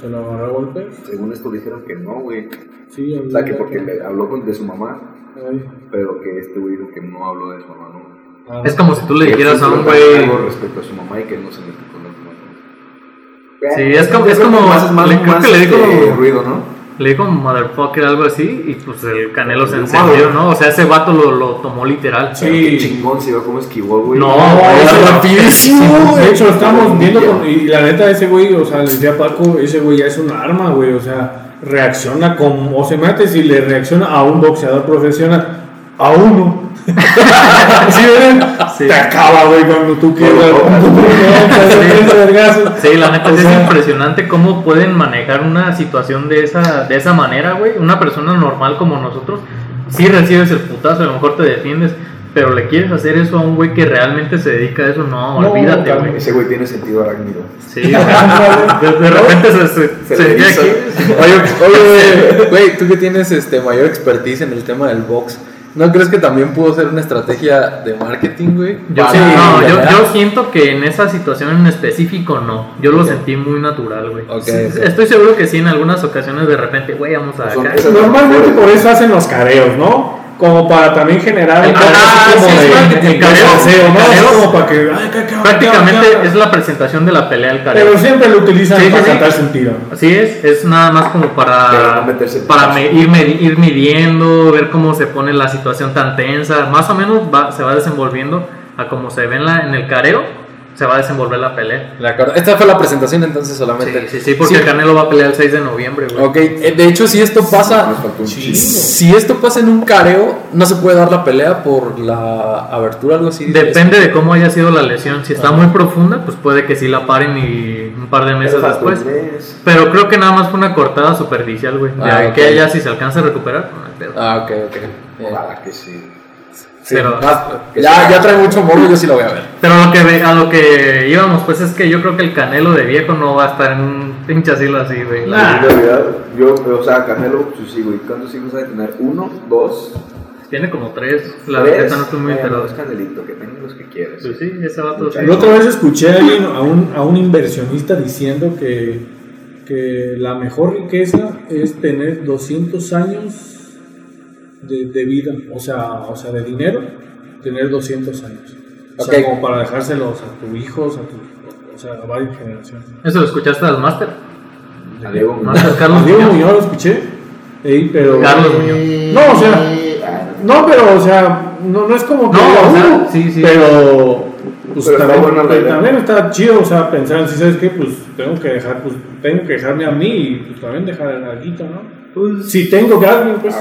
Speaker 4: se lo agarró a golpes.
Speaker 1: Según esto dijeron que no, güey. O
Speaker 4: Sí, habló.
Speaker 1: sea, que porque le habló con, de su mamá,
Speaker 4: Ay,
Speaker 1: pero que este güey dijo que no habló de su mamá, ¿no?
Speaker 4: ah,
Speaker 3: Es como si tú le
Speaker 1: Que
Speaker 3: dijeras
Speaker 1: sí
Speaker 3: a un
Speaker 1: trata de
Speaker 3: güey.
Speaker 1: algo respecto a su mamá y que no se mete con la mamá.
Speaker 3: Sí, es como-
Speaker 1: Yo
Speaker 3: es
Speaker 1: creo que
Speaker 3: como-
Speaker 1: más es más,
Speaker 3: le- creo
Speaker 1: más
Speaker 3: que le dijo-
Speaker 1: este, ruido, ¿no?
Speaker 3: Le dijo motherfucker algo así y pues el canelo se
Speaker 1: Madre.
Speaker 3: encendió, ¿no? O sea, ese vato lo, lo tomó literal.
Speaker 1: Pero
Speaker 4: Sí.
Speaker 1: Qué chingón se iba como esquivó, güey.
Speaker 3: No,
Speaker 2: Es
Speaker 3: güey,
Speaker 2: rapidísimo,
Speaker 4: De
Speaker 2: güey.
Speaker 4: hecho, estamos viendo con- y la neta ese güey, o sea, le decía a Paco, ese güey ya es un arma, güey, o sea, reacciona como, o se mate si le reacciona a un boxeador profesional, a uno. ¿Sí ven?
Speaker 3: Sí.
Speaker 4: Te acaba, güey, cuando tú quieras.
Speaker 3: Sí, la neta
Speaker 4: O
Speaker 3: sí es
Speaker 4: sea,
Speaker 3: impresionante cómo pueden manejar una situación de esa, de esa manera, güey. Una persona normal como nosotros, sí recibes el putazo, a lo mejor te defiendes, pero le quieres hacer eso a un güey que realmente se dedica a eso, no,
Speaker 4: No,
Speaker 3: olvídate,
Speaker 4: calma.
Speaker 3: güey.
Speaker 1: Ese güey tiene sentido arácnido.
Speaker 3: Sí, güey. de, de repente se, se,
Speaker 1: Se
Speaker 3: se
Speaker 1: le
Speaker 3: llega
Speaker 1: hizo.
Speaker 3: aquí.
Speaker 2: Oye, oye, güey, tú que tienes este, mayor expertise en el tema del box, ¿No crees que también pudo ser una estrategia de marketing, güey?
Speaker 3: Yo,
Speaker 2: Para
Speaker 3: sí, no, yo,
Speaker 2: engañar?
Speaker 3: yo siento que en esa situación en específico no. Yo lo sentí muy natural, güey.
Speaker 2: Ok,
Speaker 3: Sí,
Speaker 2: ok. Pues
Speaker 3: Estoy seguro que sí, en algunas ocasiones de repente, güey, vamos a
Speaker 1: Son
Speaker 3: acá.
Speaker 1: esas-
Speaker 4: Normalmente por eso hacen los careos, ¿no? Como para también generar
Speaker 3: Ah,
Speaker 4: un poco así como
Speaker 3: sí, es
Speaker 4: de,
Speaker 3: marketing,
Speaker 4: de
Speaker 3: careo,
Speaker 4: salseo, ¿no? Así
Speaker 3: careo.
Speaker 4: como para que. ay, qué- qué- qué-
Speaker 3: Prácticamente
Speaker 4: qué-
Speaker 3: es la presentación de la pelea al careo.
Speaker 4: Pero siempre lo utilizan
Speaker 3: Sí, sí,
Speaker 4: para
Speaker 3: sí.
Speaker 4: cantarse un tiro.
Speaker 3: Así es, es nada más como
Speaker 1: Pero no
Speaker 3: para,
Speaker 1: meterse en
Speaker 3: para
Speaker 1: putazo.
Speaker 3: me- ir, medi- ir midiendo, ver cómo se pone la situación tan tensa. Más o menos va- se va desenvolviendo a como se ve en, la- en el careo, se va a desenvolver la pelea.
Speaker 2: De acuerdo. Esta fue la presentación entonces
Speaker 3: Sí,
Speaker 2: solamente.
Speaker 3: sí, sí, porque
Speaker 2: Sí.
Speaker 3: el Canelo va a pelear el 6 de noviembre, güey.
Speaker 2: Ok, eh, de hecho si esto pasa,
Speaker 1: Nos faltó un
Speaker 4: Sí.
Speaker 1: chingo.
Speaker 2: si esto pasa en un careo, no se puede dar la pelea por la abertura algo así.
Speaker 3: Depende de cómo haya sido la lesión. Si está muy profunda, pues puede que sí la paren y un par de meses
Speaker 1: Faltó un
Speaker 3: después.
Speaker 1: mes.
Speaker 3: Pero creo que nada más fue una cortada superficial, güey. De
Speaker 2: Ah,
Speaker 3: que
Speaker 2: ok.
Speaker 3: ella si se alcanza a recuperar, pues, no hay pedo.
Speaker 2: Ah, ok, ok. Bien.
Speaker 1: Ojalá que sí.
Speaker 2: Sí,
Speaker 3: Pero-
Speaker 2: más- ya, ya trae mucho morbo, yo sí lo voy a ver.
Speaker 3: Pero lo que ve- a lo que íbamos, pues es que yo creo que el Canelo de viejo no va a estar en un pinche asilo así, güey.
Speaker 1: En realidad, yo, o sea, Canelo, sus hijos, ¿y cuántos hijos ha de tener? ¿Uno? ¿Dos?
Speaker 3: Tiene como tres. La
Speaker 1: tres? pues,
Speaker 3: verdad no estoy muy
Speaker 1: Ay,
Speaker 3: enterado.
Speaker 1: no, es Canelito, que tengan los que quieras.
Speaker 3: Pues sí, ese vato. sí.
Speaker 1: Muchacho.
Speaker 4: La otra vez escuché a, alguien, a, un, a un inversionista diciendo que, que la mejor riqueza es tener 200 años de, de vida, o sea, o sea, de dinero, tener 200 años. O sea,
Speaker 2: Ok.
Speaker 4: como para dejárselos a tus hijos, a tu, o sea, a varias generaciones.
Speaker 3: Eso lo escuchaste al Master.
Speaker 1: A Diego
Speaker 3: Master Carlos
Speaker 4: A Diego
Speaker 3: Muñoz.
Speaker 4: Muñoz lo escuché, ey, pero...
Speaker 3: Carlos Muñoz.
Speaker 4: No, o sea,
Speaker 1: Ah,
Speaker 4: no, pero, o sea, no, no es como que...
Speaker 3: No,
Speaker 4: diga,
Speaker 3: o sea,
Speaker 4: "Uh",
Speaker 3: sí, sí.
Speaker 4: Pero, pues,
Speaker 1: Pero está
Speaker 4: también,
Speaker 1: buena la idea.
Speaker 4: también está chido, o sea, pensar, si sabes qué, pues, tengo que dejar, pues, tengo que dejarme a mí y, pues, también dejar al alguito, ¿no? si tengo que alguien, pues,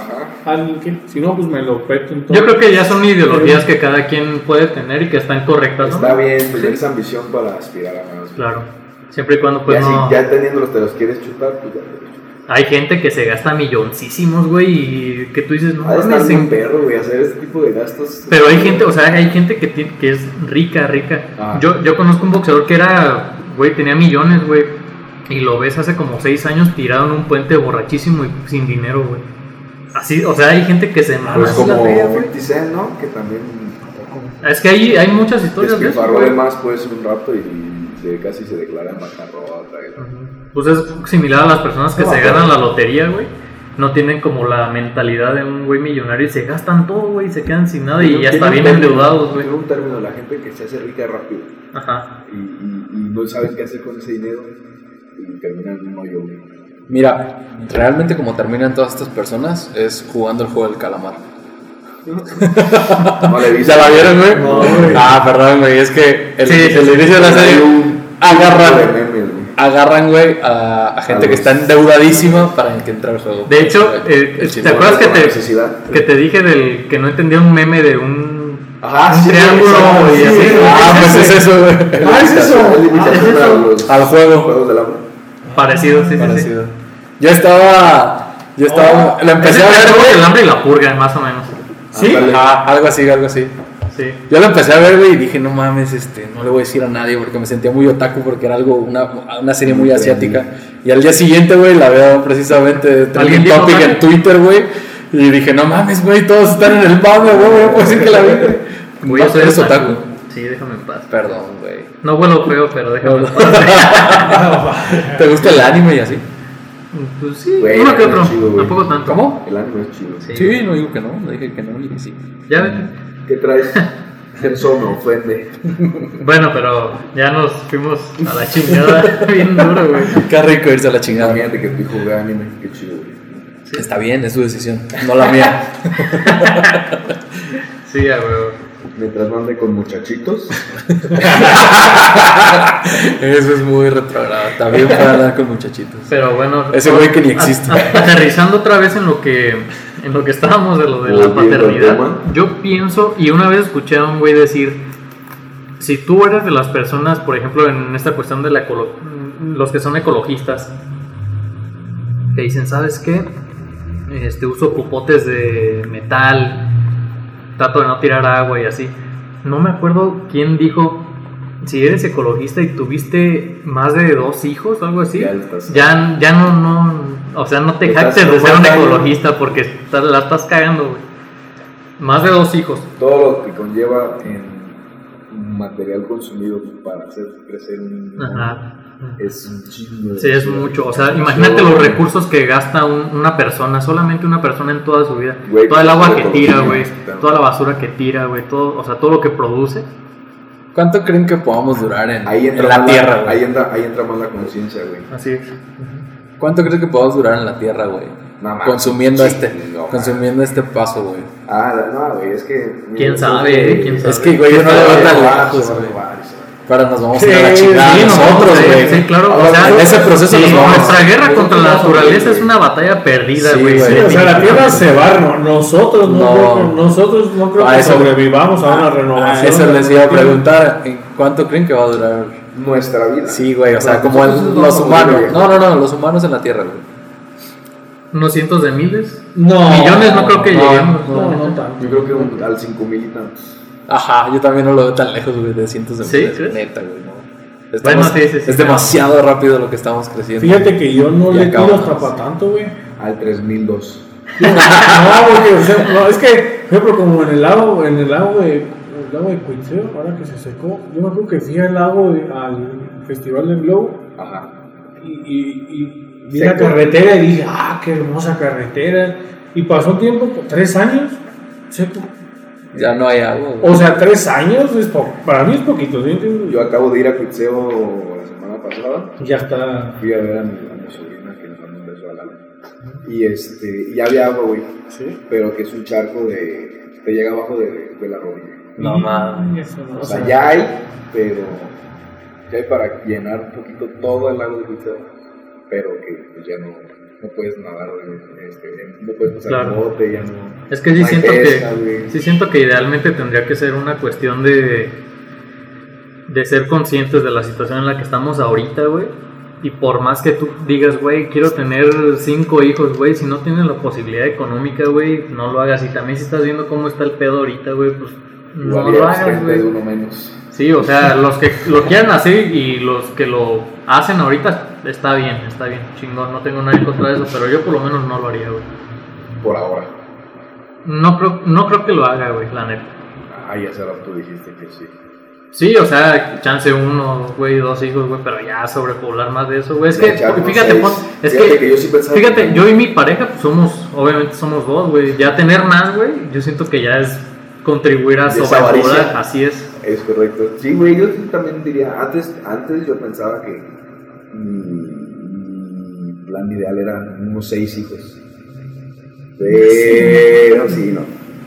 Speaker 4: alguien que, si no, pues, me lo peto en todo.
Speaker 3: Yo creo que ya son ideologías que cada quien puede tener y que están correctas, ¿no?
Speaker 1: Está bien, tener esa ambición para aspirar a más.
Speaker 3: Claro. Siempre y cuando,
Speaker 1: ya,
Speaker 3: pues
Speaker 1: si
Speaker 3: no.
Speaker 1: ya teniéndolos te los quieres chutar, pues ya te los chutas.
Speaker 3: Hay gente que se gasta milloncísimos, güey, y que tú dices, no
Speaker 1: Ah,
Speaker 3: mames,
Speaker 1: estar
Speaker 3: en-
Speaker 1: bien perro, güey, hacer este tipo de gastos.
Speaker 3: Pero hay gente, o sea, hay gente que, tiene- que es rica, rica.
Speaker 1: Ah.
Speaker 3: Yo, yo conozco un boxeador que era, güey, tenía millones, güey. Y lo ves hace como seis años tirado en un puente borrachísimo y sin dinero, güey. Así, o sea, hay gente que se mama.
Speaker 1: Pues
Speaker 3: Es,
Speaker 1: como 50 Cent, ¿no? Que también
Speaker 3: que hay, hay muchas historias de eso,
Speaker 1: despilfarró
Speaker 3: güey.
Speaker 1: de más, pues, un rato y se, casi se declara en bancarrota. güey.
Speaker 3: Pues es similar a las personas que
Speaker 1: No,
Speaker 3: se
Speaker 1: pero-
Speaker 3: ganan la lotería, güey. No tienen como la mentalidad de un güey millonario y se gastan todo, güey, y se quedan sin nada y
Speaker 1: Tiene-
Speaker 3: ya
Speaker 1: tiene
Speaker 3: está
Speaker 1: un
Speaker 3: bien
Speaker 1: término,
Speaker 3: endeudados, güey.
Speaker 1: Tiene un término, la gente que se hace rica rápido
Speaker 3: Ajá.
Speaker 1: y, y- y no saben qué hacer con ese dinero y terminan en un hoyo. güey.
Speaker 2: Mira, realmente como terminan todas estas personas es jugando el juego del calamar.
Speaker 1: No le viste.
Speaker 2: ¿Ya la vieron, güey?
Speaker 4: No, güey.
Speaker 2: Ah, perdón, güey, es que el,
Speaker 3: Sí,
Speaker 2: el inicio de la serie
Speaker 1: De
Speaker 2: agarran,
Speaker 1: memes, güey.
Speaker 2: agarran, güey, a, a gente
Speaker 1: A
Speaker 2: que
Speaker 1: los-
Speaker 2: está endeudadísima para que entre al juego.
Speaker 3: De hecho,
Speaker 2: Güey,
Speaker 3: eh,
Speaker 2: el
Speaker 3: ¿te
Speaker 2: chingón.
Speaker 3: acuerdas que
Speaker 1: Por la
Speaker 3: te-
Speaker 1: necesidad.
Speaker 3: Que te dije del que no entendía un meme de un,
Speaker 1: Ajá,
Speaker 3: un
Speaker 1: sí,
Speaker 3: triángulo
Speaker 1: exacto,
Speaker 3: y
Speaker 1: sí.
Speaker 3: así.
Speaker 2: Ah, pues es eso, güey.
Speaker 4: Ah, es eso.
Speaker 1: La limitación
Speaker 3: Ah,
Speaker 1: a
Speaker 3: es
Speaker 1: los
Speaker 2: Al juego.
Speaker 1: juegos del hambre.
Speaker 3: Parecido, sí, sí, sí. Oh.
Speaker 2: Parecido. Yo estaba, yo estaba, la empecé
Speaker 3: Ese
Speaker 2: a
Speaker 3: es
Speaker 2: ver,
Speaker 3: como
Speaker 2: güey.
Speaker 3: el hambre y la purga, más o menos.
Speaker 4: ¿Sí?
Speaker 1: Ándale.
Speaker 2: Ajá, algo así, algo así.
Speaker 3: Sí.
Speaker 2: Yo lo empecé a ver, güey, y dije, no mames, este, no le voy a decir a nadie porque me sentía muy otaku porque era algo, una, una serie muy asiática. Y al día siguiente, güey, la veo precisamente
Speaker 3: ¿Alguien
Speaker 2: trending
Speaker 3: dijo
Speaker 2: topic
Speaker 3: mame?
Speaker 2: en Twitter, güey. Y dije, no mames, güey, todos están en el mame, güey, voy a decir que la vi.
Speaker 3: Voy a
Speaker 2: No,
Speaker 3: ser
Speaker 2: eres otaku.
Speaker 3: Sí, déjame en paz.
Speaker 2: Perdón, güey.
Speaker 3: No vuelo feo, pero déjame en paz.
Speaker 2: ¿Te gusta el anime y así?
Speaker 3: Pues sí,
Speaker 1: Güey,
Speaker 3: uno que otro.
Speaker 1: chido, güey.
Speaker 3: Tampoco tanto.
Speaker 2: ¿Cómo?
Speaker 1: El anime es chido.
Speaker 3: Sí.
Speaker 2: Sí, no digo que no, no dije que no, dije que sí.
Speaker 3: Ya vete.
Speaker 1: ¿Qué traes? Eso me ofende.
Speaker 3: Bueno, pero ya nos fuimos a la chingada bien duro, güey.
Speaker 2: Qué rico irse a la chingada.
Speaker 1: Imagínate que tu hijo ve anime, qué chido. güey.
Speaker 2: Está bien, es su decisión, no la mía.
Speaker 3: Sí, ya, güey.
Speaker 1: Mientras mande con muchachitos,
Speaker 2: Eso es muy retrogrado. También para hablar con muchachitos.
Speaker 3: Pero bueno.
Speaker 2: Ese güey que ni existe.
Speaker 3: a- a- aterrizando otra vez en lo que en lo que estábamos de lo de la
Speaker 1: Volviendo al
Speaker 3: paternidad.
Speaker 1: tema.
Speaker 3: Yo pienso y una vez escuché a un güey decir si tú eres de las personas, por ejemplo, en esta cuestión de la ecolo- los que son ecologistas que dicen, "¿Sabes qué? Este uso cupotes de metal, trato de no tirar agua y así." No me acuerdo quién dijo si eres ecologista y tuviste más de dos hijos o algo así,
Speaker 1: Ya estás-
Speaker 3: ya, ya no, no, o sea, no te
Speaker 1: Estás
Speaker 3: jactes de ser un
Speaker 1: matando.
Speaker 3: ecologista porque estás- la estás cagando, güey. Más de dos hijos.
Speaker 1: Todo lo que conlleva en material consumido para hacer crecer un niño
Speaker 3: Ajá.
Speaker 1: es un chingo. de
Speaker 3: Sí, es
Speaker 1: basura.
Speaker 3: mucho. O sea, imagínate los recursos que gasta un- una persona, solamente una persona en toda su vida.
Speaker 1: Güey,
Speaker 3: Todo el agua que
Speaker 1: todo
Speaker 3: tira,
Speaker 1: lo
Speaker 3: güey.
Speaker 1: consume.
Speaker 3: Toda la basura que tira, güey. Todo, o sea, todo lo que produce.
Speaker 2: ¿Cuánto creen que podamos durar en,
Speaker 1: Ahí entra
Speaker 2: en la
Speaker 1: más
Speaker 2: Tierra, güey?
Speaker 1: Ahí entra, ahí entra más la conciencia, güey.
Speaker 3: Así es.
Speaker 2: ¿Cuánto crees que podamos durar en la Tierra, güey?
Speaker 1: No, mames.
Speaker 2: Consumiendo
Speaker 1: Sí,
Speaker 2: este,
Speaker 1: no, mames.
Speaker 2: consumiendo este paso, güey.
Speaker 1: Ah, la- no, güey, es que.
Speaker 3: ¿Quién sabe? eh? ¿Quién sabe?
Speaker 2: Es que, güey, yo no
Speaker 1: Se
Speaker 2: le
Speaker 1: va
Speaker 2: veo
Speaker 1: a
Speaker 2: tan
Speaker 1: robar,
Speaker 2: lejos,
Speaker 1: se va a
Speaker 2: güey.
Speaker 1: robar, se va a
Speaker 2: Para nos vamos a ir a la
Speaker 4: Sí,
Speaker 2: chingada
Speaker 3: Sí, no,
Speaker 2: nosotros,
Speaker 3: sí,
Speaker 2: güey.
Speaker 3: Sí, claro.
Speaker 2: Ahora,
Speaker 3: o sea,
Speaker 2: en ese proceso
Speaker 3: sí,
Speaker 2: nos vamos.
Speaker 3: Nuestra guerra contra la naturaleza es una batalla perdida,
Speaker 2: Sí,
Speaker 3: güey.
Speaker 2: güey.
Speaker 4: Sí, o sea, la Tierra se va, no- nosotros no,
Speaker 2: No.
Speaker 4: creo que- nosotros no creo
Speaker 2: A
Speaker 4: que
Speaker 2: eso-
Speaker 4: sobrevivamos a una
Speaker 2: Ah,
Speaker 4: renovación.
Speaker 2: eso
Speaker 4: de
Speaker 2: les
Speaker 4: la
Speaker 2: iba a
Speaker 4: Tierra.
Speaker 2: preguntar. ¿en ¿Cuánto creen que va a durar?
Speaker 1: robar. Nuestra vida.
Speaker 2: Sí, güey, o sea,
Speaker 1: Nosotros
Speaker 2: como el-
Speaker 1: nos vamos
Speaker 2: los
Speaker 1: a morir,
Speaker 2: humanos.
Speaker 1: güey.
Speaker 2: No, no, no, los humanos en la Tierra, güey.
Speaker 3: Unos cientos de miles.
Speaker 4: No,
Speaker 3: Millones no creo que
Speaker 2: no,
Speaker 3: lleguemos.
Speaker 4: No, no
Speaker 3: neta.
Speaker 4: tanto.
Speaker 1: Yo creo que un- al 5000 y tantos.
Speaker 2: Ajá, yo también no lo veo tan lejos, güey, de cientos de
Speaker 3: ¿Sí?
Speaker 2: miles,
Speaker 3: ¿Crees?
Speaker 2: neta, güey. no. Estamos-
Speaker 3: sí, sí, sí,
Speaker 2: es
Speaker 3: claro.
Speaker 2: demasiado rápido lo que estamos creciendo.
Speaker 4: Fíjate que yo no
Speaker 2: Y
Speaker 4: le tiro
Speaker 2: acabamos.
Speaker 4: hasta para tanto, güey.
Speaker 1: Al 3002.
Speaker 4: No, porque, o sea, no, es que, por ejemplo, como en el lago, en el lago de, el lago de Cuitzeo, ahora que se secó, yo me acuerdo que fui al lago de- al Festival del Globo
Speaker 1: Ajá.
Speaker 4: y, y- y vi
Speaker 1: Se
Speaker 4: la
Speaker 1: acabó.
Speaker 4: carretera y dije, ah, qué hermosa carretera. Y pasó un tiempo, tres años, seco.
Speaker 2: Ya no hay agua, güey.
Speaker 4: O sea, tres años, es po- para mí es poquito, ¿sí entiendes?
Speaker 1: Yo acabo de ir a Cuitseo la semana pasada.
Speaker 4: Ya está.
Speaker 1: Fui a ver a mi, a mi sobrina que nos mandó un beso a Lalo. Y este, ya había agua, güey.
Speaker 4: ¿Sí?
Speaker 1: Pero que es un charco de. te llega abajo de, de la rodilla.
Speaker 2: No
Speaker 3: Mm.
Speaker 2: mames.
Speaker 1: O sea, ya hay, pero. ya hay para llenar un poquito todo el lago de Cuitseo. Pero que pues, ya no. no puedes nadar, güey, este, no puedes pasar
Speaker 3: Claro.
Speaker 1: bote, ya no.
Speaker 3: Es que sí
Speaker 1: no hay
Speaker 3: siento que,
Speaker 1: pesca, güey.
Speaker 3: sí siento que idealmente tendría que ser una cuestión de, de ser conscientes de la situación en la que estamos ahorita, güey. Y por más que tú digas, güey, quiero tener cinco hijos, güey, si no tienes la posibilidad económica, güey, no lo hagas. Y también si estás viendo cómo está el pedo ahorita, güey, pues no
Speaker 1: Igual
Speaker 3: lo
Speaker 1: ya
Speaker 3: hagas,
Speaker 1: frente de
Speaker 3: güey.
Speaker 1: uno menos.
Speaker 3: Sí, o sea, los que lo quieran hacer y los que lo hacen ahorita, está bien, está bien, chingón, no tengo nada en contra de eso, pero yo por lo menos no lo haría, güey.
Speaker 1: Por ahora.
Speaker 3: No creo, no creo que lo haga, güey, la neta.
Speaker 1: Ah, ya hace rato dijiste que sí.
Speaker 3: Sí, o sea, chance uno, güey, dos hijos, güey, pero ya sobrepoblar más de eso, güey. Es
Speaker 1: Ya,
Speaker 3: que,
Speaker 1: ya
Speaker 3: porque
Speaker 1: con
Speaker 3: fíjate,
Speaker 1: seis.
Speaker 3: pon- es
Speaker 1: Fíjate
Speaker 3: que,
Speaker 1: que yo sí pensaba
Speaker 3: fíjate,
Speaker 1: que-
Speaker 3: yo y mi pareja pues, somos, obviamente somos dos, güey. Ya tener más, güey, yo siento que ya es contribuir
Speaker 1: Ya
Speaker 3: a
Speaker 1: es
Speaker 3: sobrepoblar,
Speaker 1: avaricia.
Speaker 3: así es.
Speaker 1: Es correcto. Sí, güey, yo sí también diría, antes, antes yo pensaba que mi, mi plan ideal era unos seis hijos. Pero sí, no.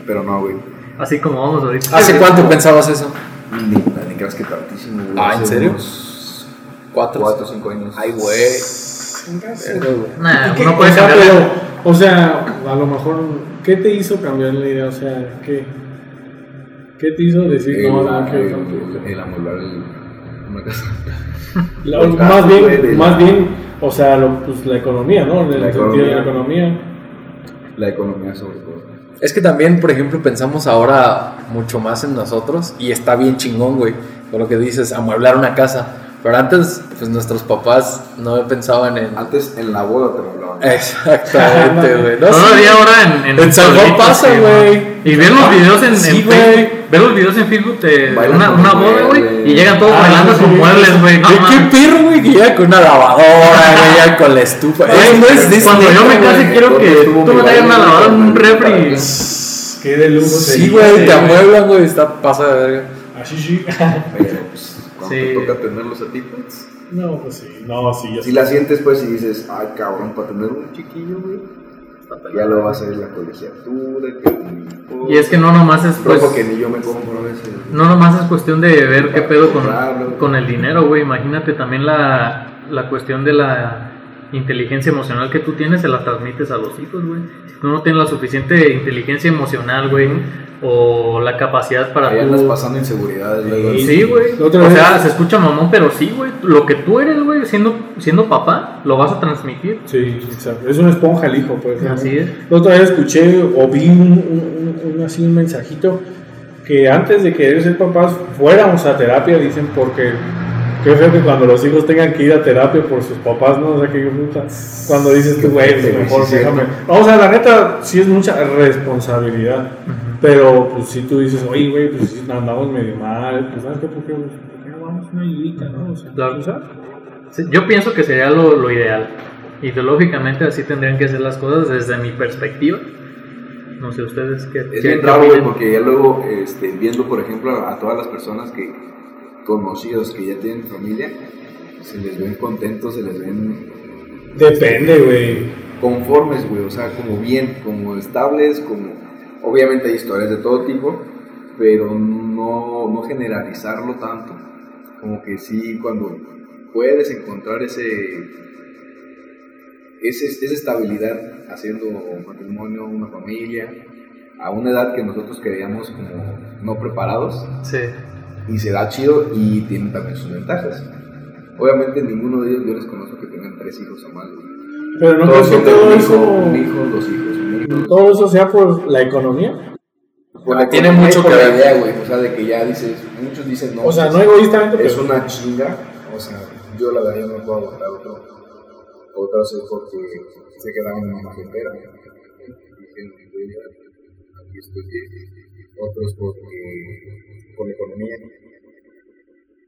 Speaker 1: Pero no, güey.
Speaker 3: Así como vamos ahorita.
Speaker 2: ¿Hace cuánto pensabas eso?
Speaker 1: Ni, ni creas que tantísimo, güey.
Speaker 2: Ah, ¿en
Speaker 1: Hace
Speaker 2: serio?
Speaker 1: unos
Speaker 2: Cuatro.
Speaker 1: Cuatro o cinco años.
Speaker 2: Ay, güey. Verga, güey.
Speaker 3: Nah,
Speaker 1: Ah,
Speaker 4: ¿Y qué-
Speaker 3: uno
Speaker 4: o
Speaker 3: puede
Speaker 4: sea,
Speaker 3: cambiar. de-
Speaker 4: pero, o sea, a lo mejor, ¿qué te hizo cambiar la idea? O sea, ¿qué, qué te hizo decir
Speaker 1: El,
Speaker 4: no, no,
Speaker 1: el,
Speaker 4: quiero
Speaker 1: el,
Speaker 4: tanto?
Speaker 1: el amueblar el- una casa.
Speaker 4: La-
Speaker 1: el
Speaker 4: más
Speaker 1: gasto,
Speaker 4: bien,
Speaker 1: güey, de-
Speaker 4: más bien, o sea, lo- pues, la economía, ¿no? En el
Speaker 1: La
Speaker 4: sentido de la
Speaker 1: economía.
Speaker 4: economía.
Speaker 1: La economía sobre todo.
Speaker 2: Es que también, por ejemplo, pensamos ahora mucho más en nosotros y está bien chingón, güey. Con lo que dices, amueblar una casa. Pero antes, pues nuestros papás no pensaban en.
Speaker 1: Antes en la boda te lo hablaban.
Speaker 2: Eh. Exactamente, güey. No,
Speaker 3: Todavía
Speaker 2: sí.
Speaker 3: ahora en, en,
Speaker 2: En San Juan
Speaker 3: pueblitos,
Speaker 2: pasa,
Speaker 3: sí,
Speaker 2: güey.
Speaker 3: ¿no? Y ver los videos en,
Speaker 2: Sí,
Speaker 3: en
Speaker 2: güey.
Speaker 3: Facebook. Ver los videos en Facebook de
Speaker 1: Bailan
Speaker 3: una,
Speaker 1: con
Speaker 3: una boda, güey.
Speaker 1: muebles.
Speaker 3: Y llegan todos
Speaker 4: Ah,
Speaker 3: bailando
Speaker 4: sí,
Speaker 3: con
Speaker 4: sí,
Speaker 3: muebles,
Speaker 4: sí.
Speaker 3: güey. No,
Speaker 2: ¿Qué, qué
Speaker 3: mames.
Speaker 2: perro, güey, que llega con una lavadora, güey, ya con la estufa. Eso no es Disney,
Speaker 3: Cuando yo me
Speaker 2: güey.
Speaker 3: case quiero que
Speaker 1: Estuvo
Speaker 3: tú me
Speaker 1: muy
Speaker 3: traigas una
Speaker 1: bien,
Speaker 3: lavadora, un
Speaker 1: para
Speaker 3: refri.
Speaker 1: que-
Speaker 4: Qué de lujo
Speaker 2: Sí,
Speaker 4: sería,
Speaker 2: güey, te
Speaker 4: güey.
Speaker 2: amueblan, güey. Está pasa de verga.
Speaker 4: Así sí.
Speaker 1: Pero pues, cuando
Speaker 3: Sí.
Speaker 1: te toca tenerlos a ti, pues.
Speaker 4: No, pues sí, no, sí, ya
Speaker 1: Si la sientes, pues, y dices, ay, cabrón, para tener un chiquillo, güey. Ya lo va a hacer la colegiatura, que un
Speaker 3: Y es que no nomás es pues,
Speaker 1: Ropa que ni yo me compro a veces.
Speaker 3: no nomás es cuestión de ver qué pedo con,
Speaker 1: Comprarlo.
Speaker 3: con el dinero, güey. Imagínate también la, la cuestión de la inteligencia emocional que tú tienes, se la transmites a los hijos, güey. Si tú no tienes la suficiente inteligencia emocional, güey, o la capacidad para
Speaker 1: Ahí
Speaker 3: tú-
Speaker 1: andas pasando inseguridades, luego.
Speaker 3: Sí, güey.
Speaker 4: Otra
Speaker 3: O
Speaker 4: vez.
Speaker 3: sea, se escucha mamón, pero sí, güey. Lo que tú eres, güey, siendo, siendo papá, lo vas a transmitir.
Speaker 4: Sí, exacto. Es una esponja el hijo, pues. ¿no?
Speaker 3: Así es.
Speaker 4: La otra vez escuché o vi un, un- un- un- así un mensajito que antes de querer ser papás fuéramos a terapia, dicen, porque creo que cuando los hijos tengan que ir a terapia por sus papás, ¿no? O sea, que puta, cuando dices tú, güey,
Speaker 1: Sí,
Speaker 4: pues, mejor
Speaker 1: sí,
Speaker 4: déjame. O sea, la neta, sí es mucha responsabilidad. Pero pues si tú dices, oye, güey, pues sí, andamos medio mal, pues ¿sabes qué? ¿Por qué, por qué no vamos a una ayudita, no? O sea,
Speaker 3: Claro.
Speaker 4: pues, ah,
Speaker 3: Sí, Yo pienso que sería lo, lo ideal. Ideológicamente así tendrían que ser las cosas desde mi perspectiva. No sé ustedes qué.
Speaker 1: Es
Speaker 3: qué-
Speaker 1: bien
Speaker 3: qué
Speaker 1: raro, güey,
Speaker 3: opinan.
Speaker 1: porque ya luego, este, viendo, por ejemplo, a todas las personas que conocidos que ya tienen familia, se les ven contentos, se les ven
Speaker 4: Depende, güey.
Speaker 1: conformes, güey, o sea, como bien, como estables, como... Obviamente hay historias de todo tipo, pero no, no generalizarlo tanto. Como que sí, cuando puedes encontrar ese, ese esa estabilidad haciendo un matrimonio, una familia, a una edad que nosotros creíamos como no preparados,
Speaker 3: Sí,
Speaker 1: y se da chido y tiene también sus ventajas. Obviamente ninguno de ellos yo les conozco que tengan tres hijos o más. güey.
Speaker 4: Pero no
Speaker 1: Todos
Speaker 4: crees
Speaker 1: son
Speaker 4: que
Speaker 1: de un
Speaker 4: todo
Speaker 1: hijo, un
Speaker 4: eso,
Speaker 1: hijo, dos hijos, un hijo, dos
Speaker 4: todo eso sea por la economía.
Speaker 1: Por la
Speaker 2: Tiene
Speaker 1: economía y
Speaker 2: mucho
Speaker 1: por
Speaker 2: que
Speaker 1: la
Speaker 2: ver.
Speaker 1: idea, güey. O sea, de que ya dices, muchos dicen no.
Speaker 4: O sea,
Speaker 1: pues,
Speaker 4: no egoístamente, pero
Speaker 1: Es una chinga. O sea, yo la verdad yo no puedo aguantar otro. Otra vez porque se quedaba en una entera. Aquí estoy bien. Otros porque por la economía.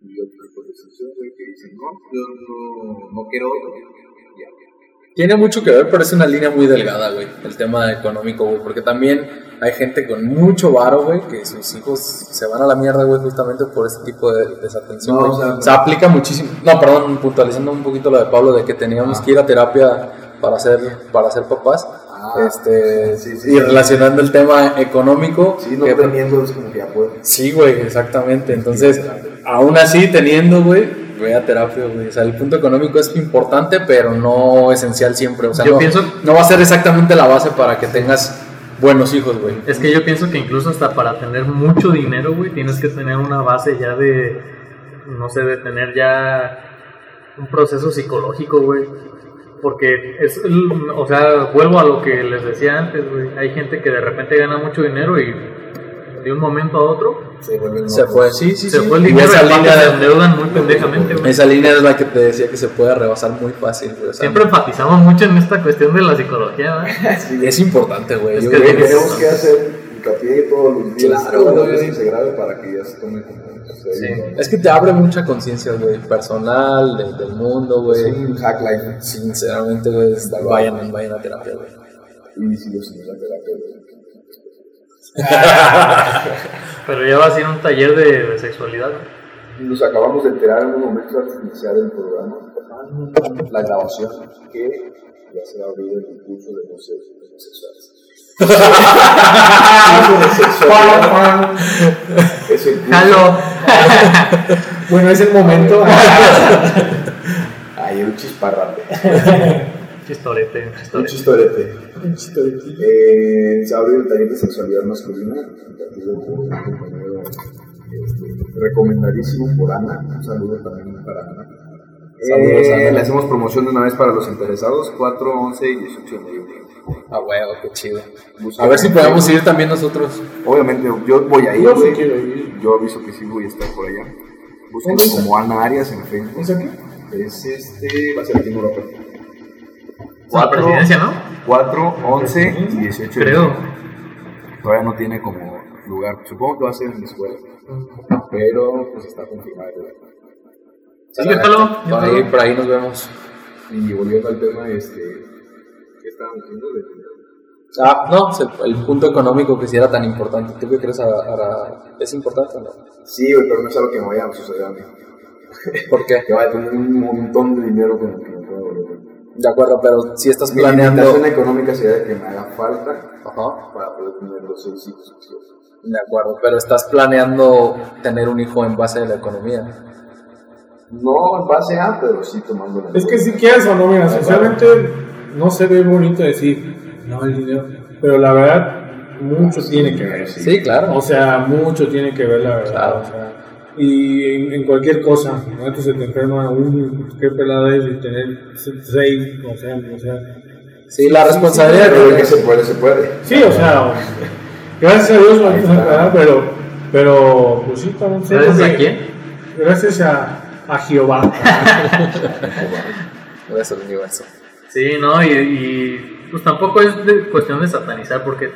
Speaker 1: Y otros por decisión, güey, que dicen, no, yo no, no quiero otro. Ya.
Speaker 2: Tiene mucho que ver, pero es una línea muy delgada, güey, el tema económico, güey, porque también hay gente con mucho varo, güey, que sus hijos se van a la mierda, güey, justamente por ese tipo de desatención.
Speaker 1: No,
Speaker 2: güey.
Speaker 1: o sea,
Speaker 2: se aplica muchísimo. No, perdón, puntualizando un poquito lo de Pablo, de que teníamos que ir a terapia para ser, para ser papás,
Speaker 1: Ah,
Speaker 2: este,
Speaker 1: sí, sí,
Speaker 2: y
Speaker 1: sí.
Speaker 2: relacionando el tema económico,
Speaker 1: Sí, no
Speaker 2: que-
Speaker 1: teniendo es como que ya puedo.
Speaker 2: Sí, güey, exactamente. Entonces, aún así teniendo, güey, voy a terapia, güey. O sea, el punto económico es importante, pero no esencial siempre. O sea,
Speaker 3: Yo
Speaker 2: no,
Speaker 3: pienso-
Speaker 2: no va a ser exactamente la base para que tengas buenos hijos, güey.
Speaker 3: es que yo pienso que incluso hasta para tener mucho dinero, güey, tienes que tener una base ya de. No sé, de tener ya un proceso psicológico, güey. Porque es. el- O sea, vuelvo a lo que les decía antes, güey. Hay gente que de repente gana mucho dinero y de un momento a otro
Speaker 1: Se vuelven
Speaker 2: Se
Speaker 1: locos.
Speaker 2: fue, sí, sí,
Speaker 3: se
Speaker 2: sí.
Speaker 3: fue el
Speaker 2: Y
Speaker 3: dinero y
Speaker 2: esa
Speaker 3: aparte
Speaker 2: línea,
Speaker 3: se endeudan muy pendejamente, güey.
Speaker 2: esa línea es la que te decía que se puede rebasar muy fácil, güey. O sea,
Speaker 3: Siempre enfatizamos mucho en esta cuestión de la psicología, ¿verdad?
Speaker 2: es importante, güey.
Speaker 3: Es
Speaker 2: Yo
Speaker 3: que
Speaker 2: creo que
Speaker 3: tienes-
Speaker 2: es-
Speaker 1: Tenemos que hacer hincapié todos los días,
Speaker 2: Claro,
Speaker 1: todas las
Speaker 2: güey.
Speaker 1: veces que se grabe para que ya se tome como
Speaker 2: sí.
Speaker 1: serio.
Speaker 2: Es que te abre mucha conciencia, güey, personal, de- del mundo,
Speaker 1: Es
Speaker 2: güey.
Speaker 1: un hack life.
Speaker 2: Sinceramente, güey, es- vayan, vayan a terapia, güey.
Speaker 1: Y si yo soy la terapia, güey.
Speaker 3: Pero ya va a ser un taller de, de sexualidad. ¿no?
Speaker 1: Nos acabamos de enterar en un momento al iniciar el programa, la grabación, que ya se va a abrir el concurso de museos homosexuales. Es el curso.
Speaker 3: ¡Jalo!
Speaker 4: bueno, es el momento.
Speaker 1: Ay, un chisparrate.
Speaker 3: Chistorete,
Speaker 1: Un
Speaker 3: chistorete.
Speaker 1: chistorete. Eh, se ha abierto el taller de sexualidad masculina, a partir de un compañero este, recomendadísimo por Ana. Un saludo también para Ana.
Speaker 2: Saludos, Ana.
Speaker 1: Eh, Le hacemos promoción de una vez para los interesados: 4, 11 y 18 de noviembre.
Speaker 2: Ah, huevo, qué chido. A ver si podemos ir también nosotros.
Speaker 1: Obviamente, yo voy a ir.
Speaker 4: Yo sí
Speaker 1: güey.
Speaker 4: quiero ir.
Speaker 1: Yo aviso que sí voy a estar por allá. Busquen
Speaker 4: ¿Dónde está?
Speaker 1: como Ana Arias en Facebook.
Speaker 4: ¿Es aquí?
Speaker 1: Es este, va a ser aquí en Europa.
Speaker 3: La presidencia, ¿no?
Speaker 1: 4, 11 y 18 de
Speaker 3: Creo.
Speaker 1: noviembre. todavía no tiene como lugar. Supongo que va a ser en la escuela, pero pues está confirmado.
Speaker 3: Sí, yo te lo- yo
Speaker 2: Por
Speaker 3: te lo-
Speaker 2: ahí, por ahí nos vemos.
Speaker 1: Y volviendo al tema, este, ¿qué estábamos diciendo? De-
Speaker 2: Ah, no, se- el punto económico que sí era tan importante. ¿Tú qué crees? Ara- Ara- ¿Es importante o no?
Speaker 1: Sí, güey, pero no es algo que me vaya a suceder a mí.
Speaker 2: ¿Por qué?
Speaker 1: Que vaya a tener un montón de dinero con el que me puedo volver.
Speaker 2: De acuerdo, pero si estás
Speaker 1: Mi
Speaker 2: planeando...
Speaker 1: limitación económica sería de que me haga falta
Speaker 2: Ajá,
Speaker 1: para poder tener los seis hijos. que quiero.
Speaker 2: de acuerdo, pero estás planeando tener un hijo en base a la economía.
Speaker 1: No en base a, pero sí tomando la
Speaker 4: Es que si quieres o no, mira, sinceramente no se ve bonito decir, no, el dinero. Pero la verdad, mucho tiene que ver.
Speaker 2: Sí, claro.
Speaker 4: O sea, mucho tiene que ver, la verdad.
Speaker 2: Claro.
Speaker 4: o sea, y en, en cualquier cosa, ¿no? Entonces te enferma uno, qué pelada es y tener seis, o sea, o sea.
Speaker 2: Sí, la responsabilidad...
Speaker 1: Pero de
Speaker 2: que-
Speaker 1: que se puede, se puede.
Speaker 4: Sí, o sea, gracias a Dios, ahorita,
Speaker 1: está.
Speaker 4: ¿verdad? pero, pero, pues sí, también sé
Speaker 3: ¿Sabes
Speaker 4: porque-
Speaker 3: a quién?
Speaker 4: Gracias a, a Jehová.
Speaker 2: Gracias al universo.
Speaker 3: Sí, no, y, y, pues tampoco es de- cuestión de satanizar, porque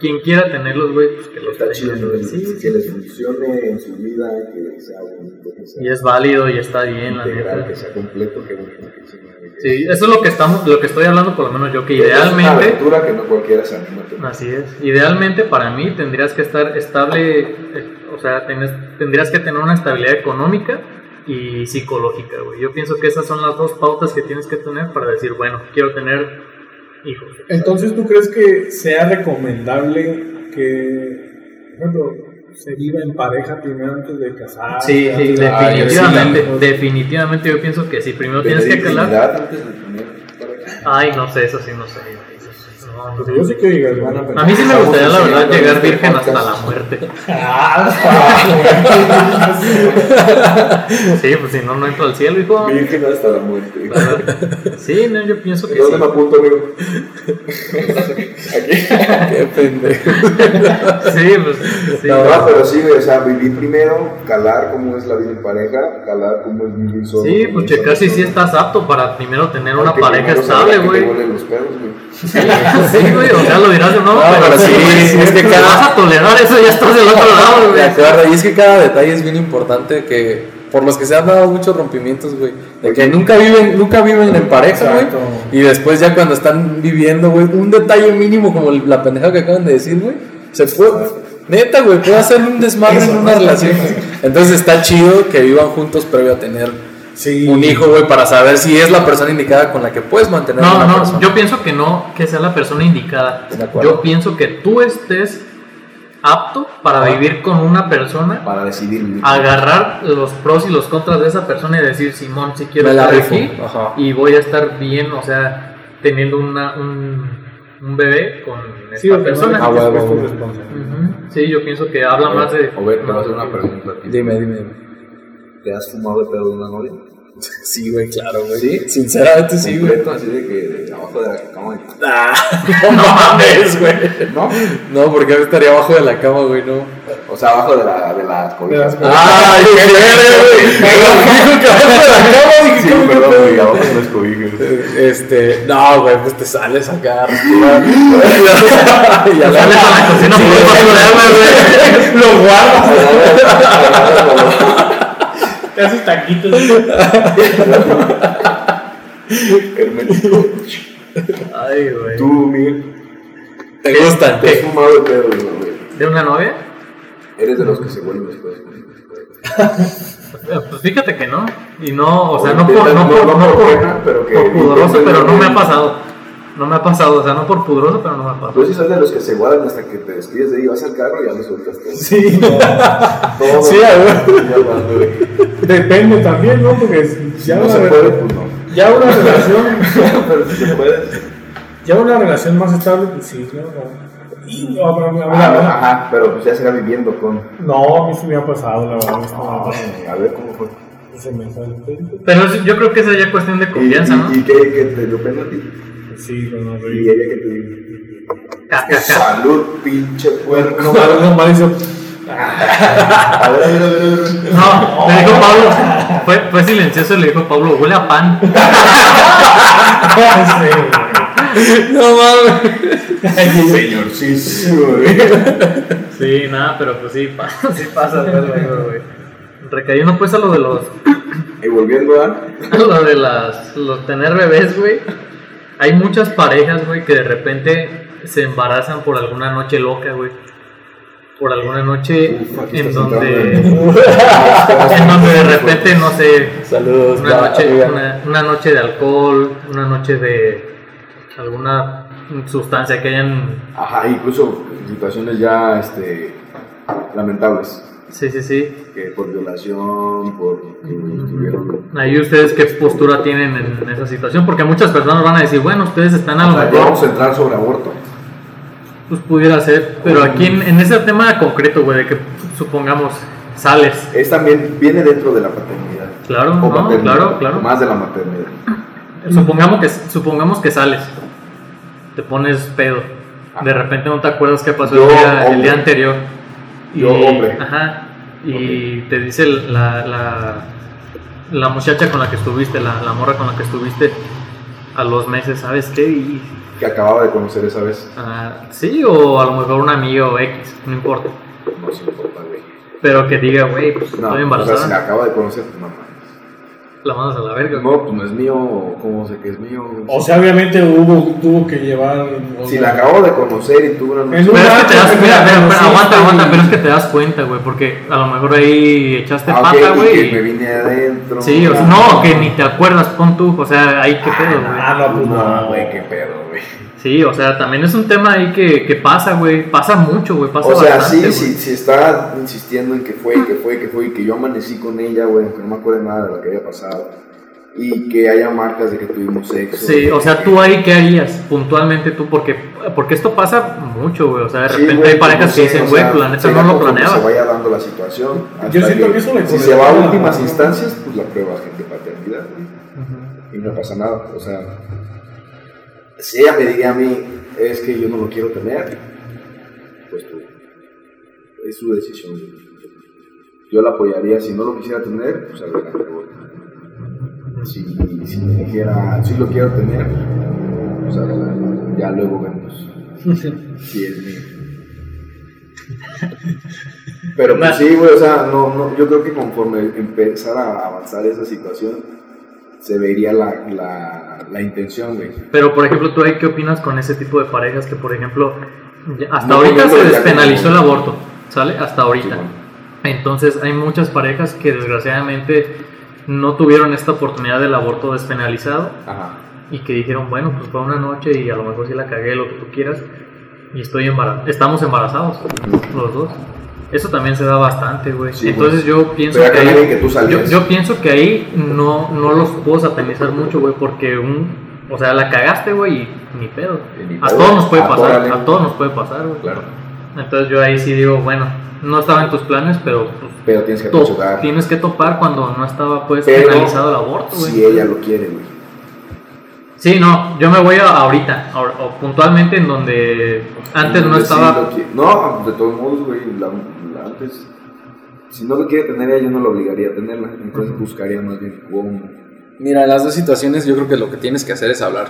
Speaker 3: Quien quiera tenerlos, güey, pues que los
Speaker 1: Está
Speaker 3: tenga,
Speaker 1: chido
Speaker 3: güey.
Speaker 1: que,
Speaker 3: Sí,
Speaker 1: que
Speaker 3: sí.
Speaker 1: les funcione en su vida, que sea bonito, que sea
Speaker 3: Y es válido y está bien, la
Speaker 1: integral,
Speaker 3: neta.
Speaker 1: que sea completo, que bonito, que chingada, güey.
Speaker 3: Sí, eso es lo que estamos, lo que estoy hablando, por lo menos yo, que
Speaker 1: Es una
Speaker 3: idealmente,
Speaker 1: aventura que no cualquiera se anima a tener.
Speaker 3: así es, idealmente para mí tendrías que estar estable, eh, o sea, tenés- tendrías que tener una estabilidad económica y psicológica, güey. Yo pienso que esas son las dos pautas que tienes que tener para decir, bueno, quiero tener hijos.
Speaker 4: Entonces, ¿tú crees que sea recomendable que, por ejemplo, se viva en pareja primero antes de casar?
Speaker 3: Sí, sí,
Speaker 6: Ah, yo sí,
Speaker 3: definitivamente, definitivamente yo pienso que sí, primero tienes que
Speaker 1: Tener
Speaker 3: calar.
Speaker 1: intimidad antes de tener pareja.
Speaker 3: Ay, no sé, eso sí, no sé. No, no.
Speaker 4: Pues Yo sí que diga, hermana, pero...
Speaker 3: A mí sí me gustaría, la verdad,
Speaker 1: Estamos
Speaker 3: llegar
Speaker 1: enseñando
Speaker 3: virgen hasta la
Speaker 1: podcast.
Speaker 3: muerte.
Speaker 4: Ah,
Speaker 3: Sí, pues si no, no entro al cielo, hijo.
Speaker 1: Virgen hasta la muerte.
Speaker 3: Sí, no, yo pienso que
Speaker 1: ¿Dónde me
Speaker 3: sí.
Speaker 1: apunto, amigo? Aquí.
Speaker 2: Qué pendejo.
Speaker 3: Sí, pues sí.
Speaker 1: No, no, pero sí, güey, o sea, vivir primero, calar cómo es la vida en pareja, calar cómo es vivir solo.
Speaker 3: Sí, pues checar si sí estás apto para primero tener una pareja estable,
Speaker 1: sabe
Speaker 3: güey.
Speaker 1: los perros, güey.
Speaker 3: Sí, güey, o sea, lo dirás de nuevo,
Speaker 2: No, pero sí,
Speaker 3: si
Speaker 2: es que
Speaker 3: te
Speaker 2: cada-
Speaker 3: vas a tolerar eso, ya estás del otro lado,
Speaker 2: De
Speaker 3: güey.
Speaker 2: acuerdo, y es que cada detalle es bien importante que por los que se han dado muchos rompimientos, güey, de que nunca viven, nunca viven en pareja, güey,
Speaker 4: Exacto.
Speaker 2: y después ya cuando están viviendo, güey, un detalle mínimo como el- la pendeja que acaban de decir, güey, se puede, neta, güey, puede hacer un desmadre en una relación. Entonces está chido que vivan juntos previo a tener
Speaker 4: sí.
Speaker 2: un hijo, güey, para saber si es la persona indicada con la que puedes mantener a
Speaker 3: No,
Speaker 2: una
Speaker 3: no,
Speaker 2: persona.
Speaker 3: yo pienso que no, que sea la persona indicada.
Speaker 2: De acuerdo.
Speaker 3: Yo pienso que tú estés apto para vivir con una persona,
Speaker 1: Para decidir vivir.
Speaker 3: agarrar los pros y los contras de esa persona y decir, Simón, si quiero
Speaker 2: Me la
Speaker 3: estar
Speaker 2: rifo.
Speaker 3: aquí
Speaker 2: Ajá.
Speaker 3: y voy a estar bien, o sea, teniendo una, un, un bebé con esta
Speaker 4: Sí, o sea,
Speaker 3: persona.
Speaker 4: no,
Speaker 2: Ah, huevo,
Speaker 4: después tu
Speaker 2: huevo.
Speaker 4: responsabilidad.
Speaker 3: Ujú. Sí, yo pienso que habla más de...
Speaker 6: Ober, te voy a hacer una pregunta a ti.
Speaker 2: Dime, dime, dime.
Speaker 1: ¿Te has fumado de pedo de una novia?
Speaker 2: Sí, güey, claro, güey. Sinceramente sí, güey.
Speaker 1: Completo, así de que de abajo de la cama. y-
Speaker 3: Ah.
Speaker 2: no mames, güey.
Speaker 1: ¿No?
Speaker 2: No, porque ahorita estaría abajo de la cama, güey, no.
Speaker 1: O sea, abajo de la, de las cobijas.
Speaker 2: ¡Ay, qué güey! Dijo que abajo de la cama, dije,
Speaker 1: Sí,
Speaker 2: ¿cómo que
Speaker 1: perdón,
Speaker 2: pedo?
Speaker 1: güey, abajo de las cobijas.
Speaker 2: Este, no, güey, pues te sales acá. a respirar. Y ya
Speaker 3: Sales a la cocina por un vaso de agua, güey.
Speaker 2: Lo guardas.
Speaker 4: Te haces taquitos. güey.
Speaker 1: Hermético.
Speaker 3: Ay, güey.
Speaker 1: Tú, Miguel,
Speaker 2: Te gustan.
Speaker 1: ¿te has fumado de pedo de una novia?
Speaker 3: ¿De una novia?
Speaker 1: Eres de los que se vuelven después. güey.
Speaker 3: Eh, Pues fíjate que no. Y no, o sea,
Speaker 1: Oye,
Speaker 3: no por,
Speaker 1: pero
Speaker 3: no,
Speaker 1: no- no
Speaker 3: por, no
Speaker 1: por
Speaker 3: por-
Speaker 1: pena, pero que-
Speaker 3: por pudoroso,
Speaker 1: pero
Speaker 3: pero no
Speaker 1: no-
Speaker 3: me ha pasado. No me ha pasado, o sea, no por pudoroso, pero no me ha pasado.
Speaker 1: Tú sí sos de los que se guardan hasta que te despides de ahí, vas al carro y ya lo sueltas todo.
Speaker 2: Sí.
Speaker 1: Todo.
Speaker 2: Sí, a ver.
Speaker 1: Ya cuando, güey,
Speaker 4: Depende también, ¿no? Porque ya,
Speaker 1: No
Speaker 4: una,
Speaker 1: se puede, pues no.
Speaker 4: ya una relación...
Speaker 1: Pero si se puede.
Speaker 4: Ya una relación más estable, pues sí, ¿no? no. Y no, no, no, la
Speaker 1: Ah,
Speaker 4: verdad.
Speaker 1: Ajá, pero pues ya será viviendo con.
Speaker 4: No, a mí se me ha pasado, la verdad. esto
Speaker 3: Oh.
Speaker 4: me ha
Speaker 1: A
Speaker 4: pasado.
Speaker 1: ver cómo fue.
Speaker 4: Se me sale el pelo.
Speaker 3: Pero es- yo creo que esa ya es cuestión de confianza, ¿no?
Speaker 1: ¿Y, y, y qué, qué te dio pena a ti?
Speaker 4: Sí, con la
Speaker 1: Y
Speaker 4: reír.
Speaker 1: ella que te dijo.
Speaker 3: Ja, ja, ja.
Speaker 1: Salud, pinche puerco.
Speaker 4: No, no, mal hizo.
Speaker 1: A ver, a ver, a ver, a ver.
Speaker 3: No, le dijo Pablo, fue, fue silencioso y le dijo Pablo, huele a pan.
Speaker 2: No mames.
Speaker 1: Señor, sí, sí, güey.
Speaker 3: Sí, nada, pero pues sí, pa- sí pasa, pues, luego, güey. Recayendo pues a lo de los,
Speaker 1: Y volviendo a.
Speaker 3: a lo de las, los tener bebés, güey. Hay muchas parejas, güey, que de repente se embarazan por alguna noche loca, güey. Por alguna noche
Speaker 1: Uf, aquí
Speaker 3: en
Speaker 1: estás
Speaker 3: donde,
Speaker 1: entrando
Speaker 3: en donde de repente, no sé,
Speaker 2: Saludos,
Speaker 3: una
Speaker 2: la
Speaker 3: noche,
Speaker 2: amiga.
Speaker 3: una, una noche de alcohol, una noche de alguna sustancia que hayan...
Speaker 1: Ajá, incluso situaciones ya este, lamentables.
Speaker 3: Sí, sí, sí.
Speaker 1: Que por violación, por que
Speaker 3: Mm.
Speaker 1: estuvieron.
Speaker 3: Ahí ustedes qué postura tienen en esa situación, porque muchas personas van a decir, bueno, ustedes están a
Speaker 1: O
Speaker 3: lo
Speaker 1: sea, ya
Speaker 3: mejor,
Speaker 1: vamos a entrar sobre aborto.
Speaker 3: pues pudiera ser, pero aquí en, en ese tema concreto, güey, de que supongamos sales,
Speaker 1: Es también, viene dentro de la paternidad.
Speaker 3: claro,
Speaker 1: O
Speaker 3: no,
Speaker 1: maternidad,
Speaker 3: claro, claro.
Speaker 1: Más de la maternidad.
Speaker 3: Eh, Supongamos que, supongamos que sales, te pones pedo, de repente no te acuerdas qué pasó
Speaker 1: Yo,
Speaker 3: el, día, el
Speaker 1: hombre.
Speaker 3: día anterior.
Speaker 1: Yo, hombre.
Speaker 3: Ajá, y te dice la, la, la muchacha con la que estuviste, la, la morra con la que estuviste, a los meses, ¿sabes qué? Y,
Speaker 1: que acababa de conocer esa vez.
Speaker 3: ah, sí, o a lo mejor un amigo X, no importa.
Speaker 1: No se importa, güey.
Speaker 3: Pero que diga, güey, pues
Speaker 1: No, o
Speaker 3: estoy
Speaker 1: sea, si la
Speaker 3: embarazada,
Speaker 1: acaba de conocer, no mames.
Speaker 3: la mandas a la verga.
Speaker 7: No, pues no es mío, o cómo sé que es mío.
Speaker 4: O sea, obviamente hubo, tuvo que llevar. o
Speaker 1: Si
Speaker 4: sea,
Speaker 1: la acabo de conocer y tuvo una
Speaker 4: En
Speaker 1: noche.
Speaker 4: un
Speaker 3: Pero es que
Speaker 4: rato
Speaker 3: te das,
Speaker 4: que
Speaker 3: mira,
Speaker 4: la
Speaker 3: mira,
Speaker 4: conocí,
Speaker 3: pero aguanta, aguanta,
Speaker 4: y-
Speaker 3: pero es que te das cuenta, güey, porque a lo mejor ahí echaste
Speaker 1: Ah, ok,
Speaker 3: pata,
Speaker 1: y
Speaker 3: güey.
Speaker 1: que me
Speaker 3: y-
Speaker 1: vine adentro.
Speaker 3: Sí, o sea, no, que ni te acuerdas, pon tú, o sea, ahí qué pedo, güey.
Speaker 4: Ah, no, pues
Speaker 1: No,
Speaker 4: no,
Speaker 1: güey, qué pedo, güey.
Speaker 3: Sí, o sea, también es un tema ahí que, que pasa, güey, pasa mucho, güey, pasa
Speaker 1: O sea,
Speaker 3: bastante,
Speaker 1: sí,
Speaker 3: güey.
Speaker 1: si, si está insistiendo en que fue, y que fue, y que fue, y que yo amanecí con ella, güey, aunque no me acuerdo nada de lo que había pasado. Y que haya marcas de que tuvimos sexo.
Speaker 3: Sí, o sea, tú ahí qué harías puntualmente tú, porque, porque esto pasa mucho, güey. O sea, de repente hay parejas que dicen, güey, pues la neta no lo
Speaker 1: Se
Speaker 3: planeaba.
Speaker 1: vaya dando la situación. hasta
Speaker 4: Yo siento que eso le
Speaker 1: Si se va a
Speaker 4: corresponde a la
Speaker 1: últimas
Speaker 4: mano.
Speaker 1: instancias, pues la prueba gente paternidad, güey. Y no pasa nada, o sea. Si ella me diría a mí, es que yo no lo quiero tener, pues tú. Es su decisión. güey. Yo la apoyaría. Si no lo quisiera tener, pues adelante, güey. Si, si, lo quiera, si lo quiero tener, pues adelante. Ya luego vemos si es mío. Pero pues sí, güey, o sea, no, no, yo creo que conforme empezar a avanzar esa situación, se vería la, la, la intención, güey.
Speaker 3: Pero, por ejemplo, ¿tú ahí qué opinas con ese tipo de parejas que, por ejemplo, ya- hasta
Speaker 1: No,
Speaker 3: ahorita
Speaker 1: no,
Speaker 3: se
Speaker 1: pero ya
Speaker 3: despenalizó el
Speaker 1: como-
Speaker 3: aborto, ¿sale? Hasta ahorita.
Speaker 1: Sí,
Speaker 3: Entonces, hay muchas parejas que desgraciadamente no tuvieron esta oportunidad del aborto despenalizado
Speaker 1: Ajá.
Speaker 3: y que dijeron, bueno, pues fue una noche y a lo mejor si la cagué, lo que tú quieras, y estoy embarazado, estamos embarazados, los dos. Eso también se da bastante, güey.
Speaker 1: Sí, güey.
Speaker 3: Entonces yo pienso
Speaker 1: Pero
Speaker 3: que
Speaker 1: acá
Speaker 3: ahí,
Speaker 1: alguien que tú
Speaker 3: yo,
Speaker 1: salías.
Speaker 3: yo pienso que ahí no, no los puedo satanizar mucho, güey, porque un, o sea, la cagaste, güey, y ni pedo.
Speaker 1: Y ni
Speaker 3: A
Speaker 1: pedo.
Speaker 3: todos nos puede
Speaker 1: A
Speaker 3: pasar,
Speaker 1: todas
Speaker 3: a todos nos puede pasar, güey.
Speaker 1: Claro.
Speaker 3: Entonces yo ahí sí digo, bueno, no estaba en tus planes, pero pues,
Speaker 1: Pero tienes que
Speaker 3: to-
Speaker 1: apresurar
Speaker 3: tienes que topar cuando no estaba pues
Speaker 1: Pero
Speaker 3: penalizado el aborto, güey.
Speaker 1: si ella lo quiere, güey.
Speaker 3: Sí, no, yo me voy a ahorita, ahor- o puntualmente en donde antes no
Speaker 1: Entonces, sí
Speaker 3: estaba.
Speaker 1: lo quiere- no, de todos modos, güey, la- la- antes. Si no lo quiere tener ella, yo no la obligaría a tenerla. Entonces buscaría más bien cómo.
Speaker 2: Mira, en las dos situaciones yo creo que lo que tienes que hacer es hablar.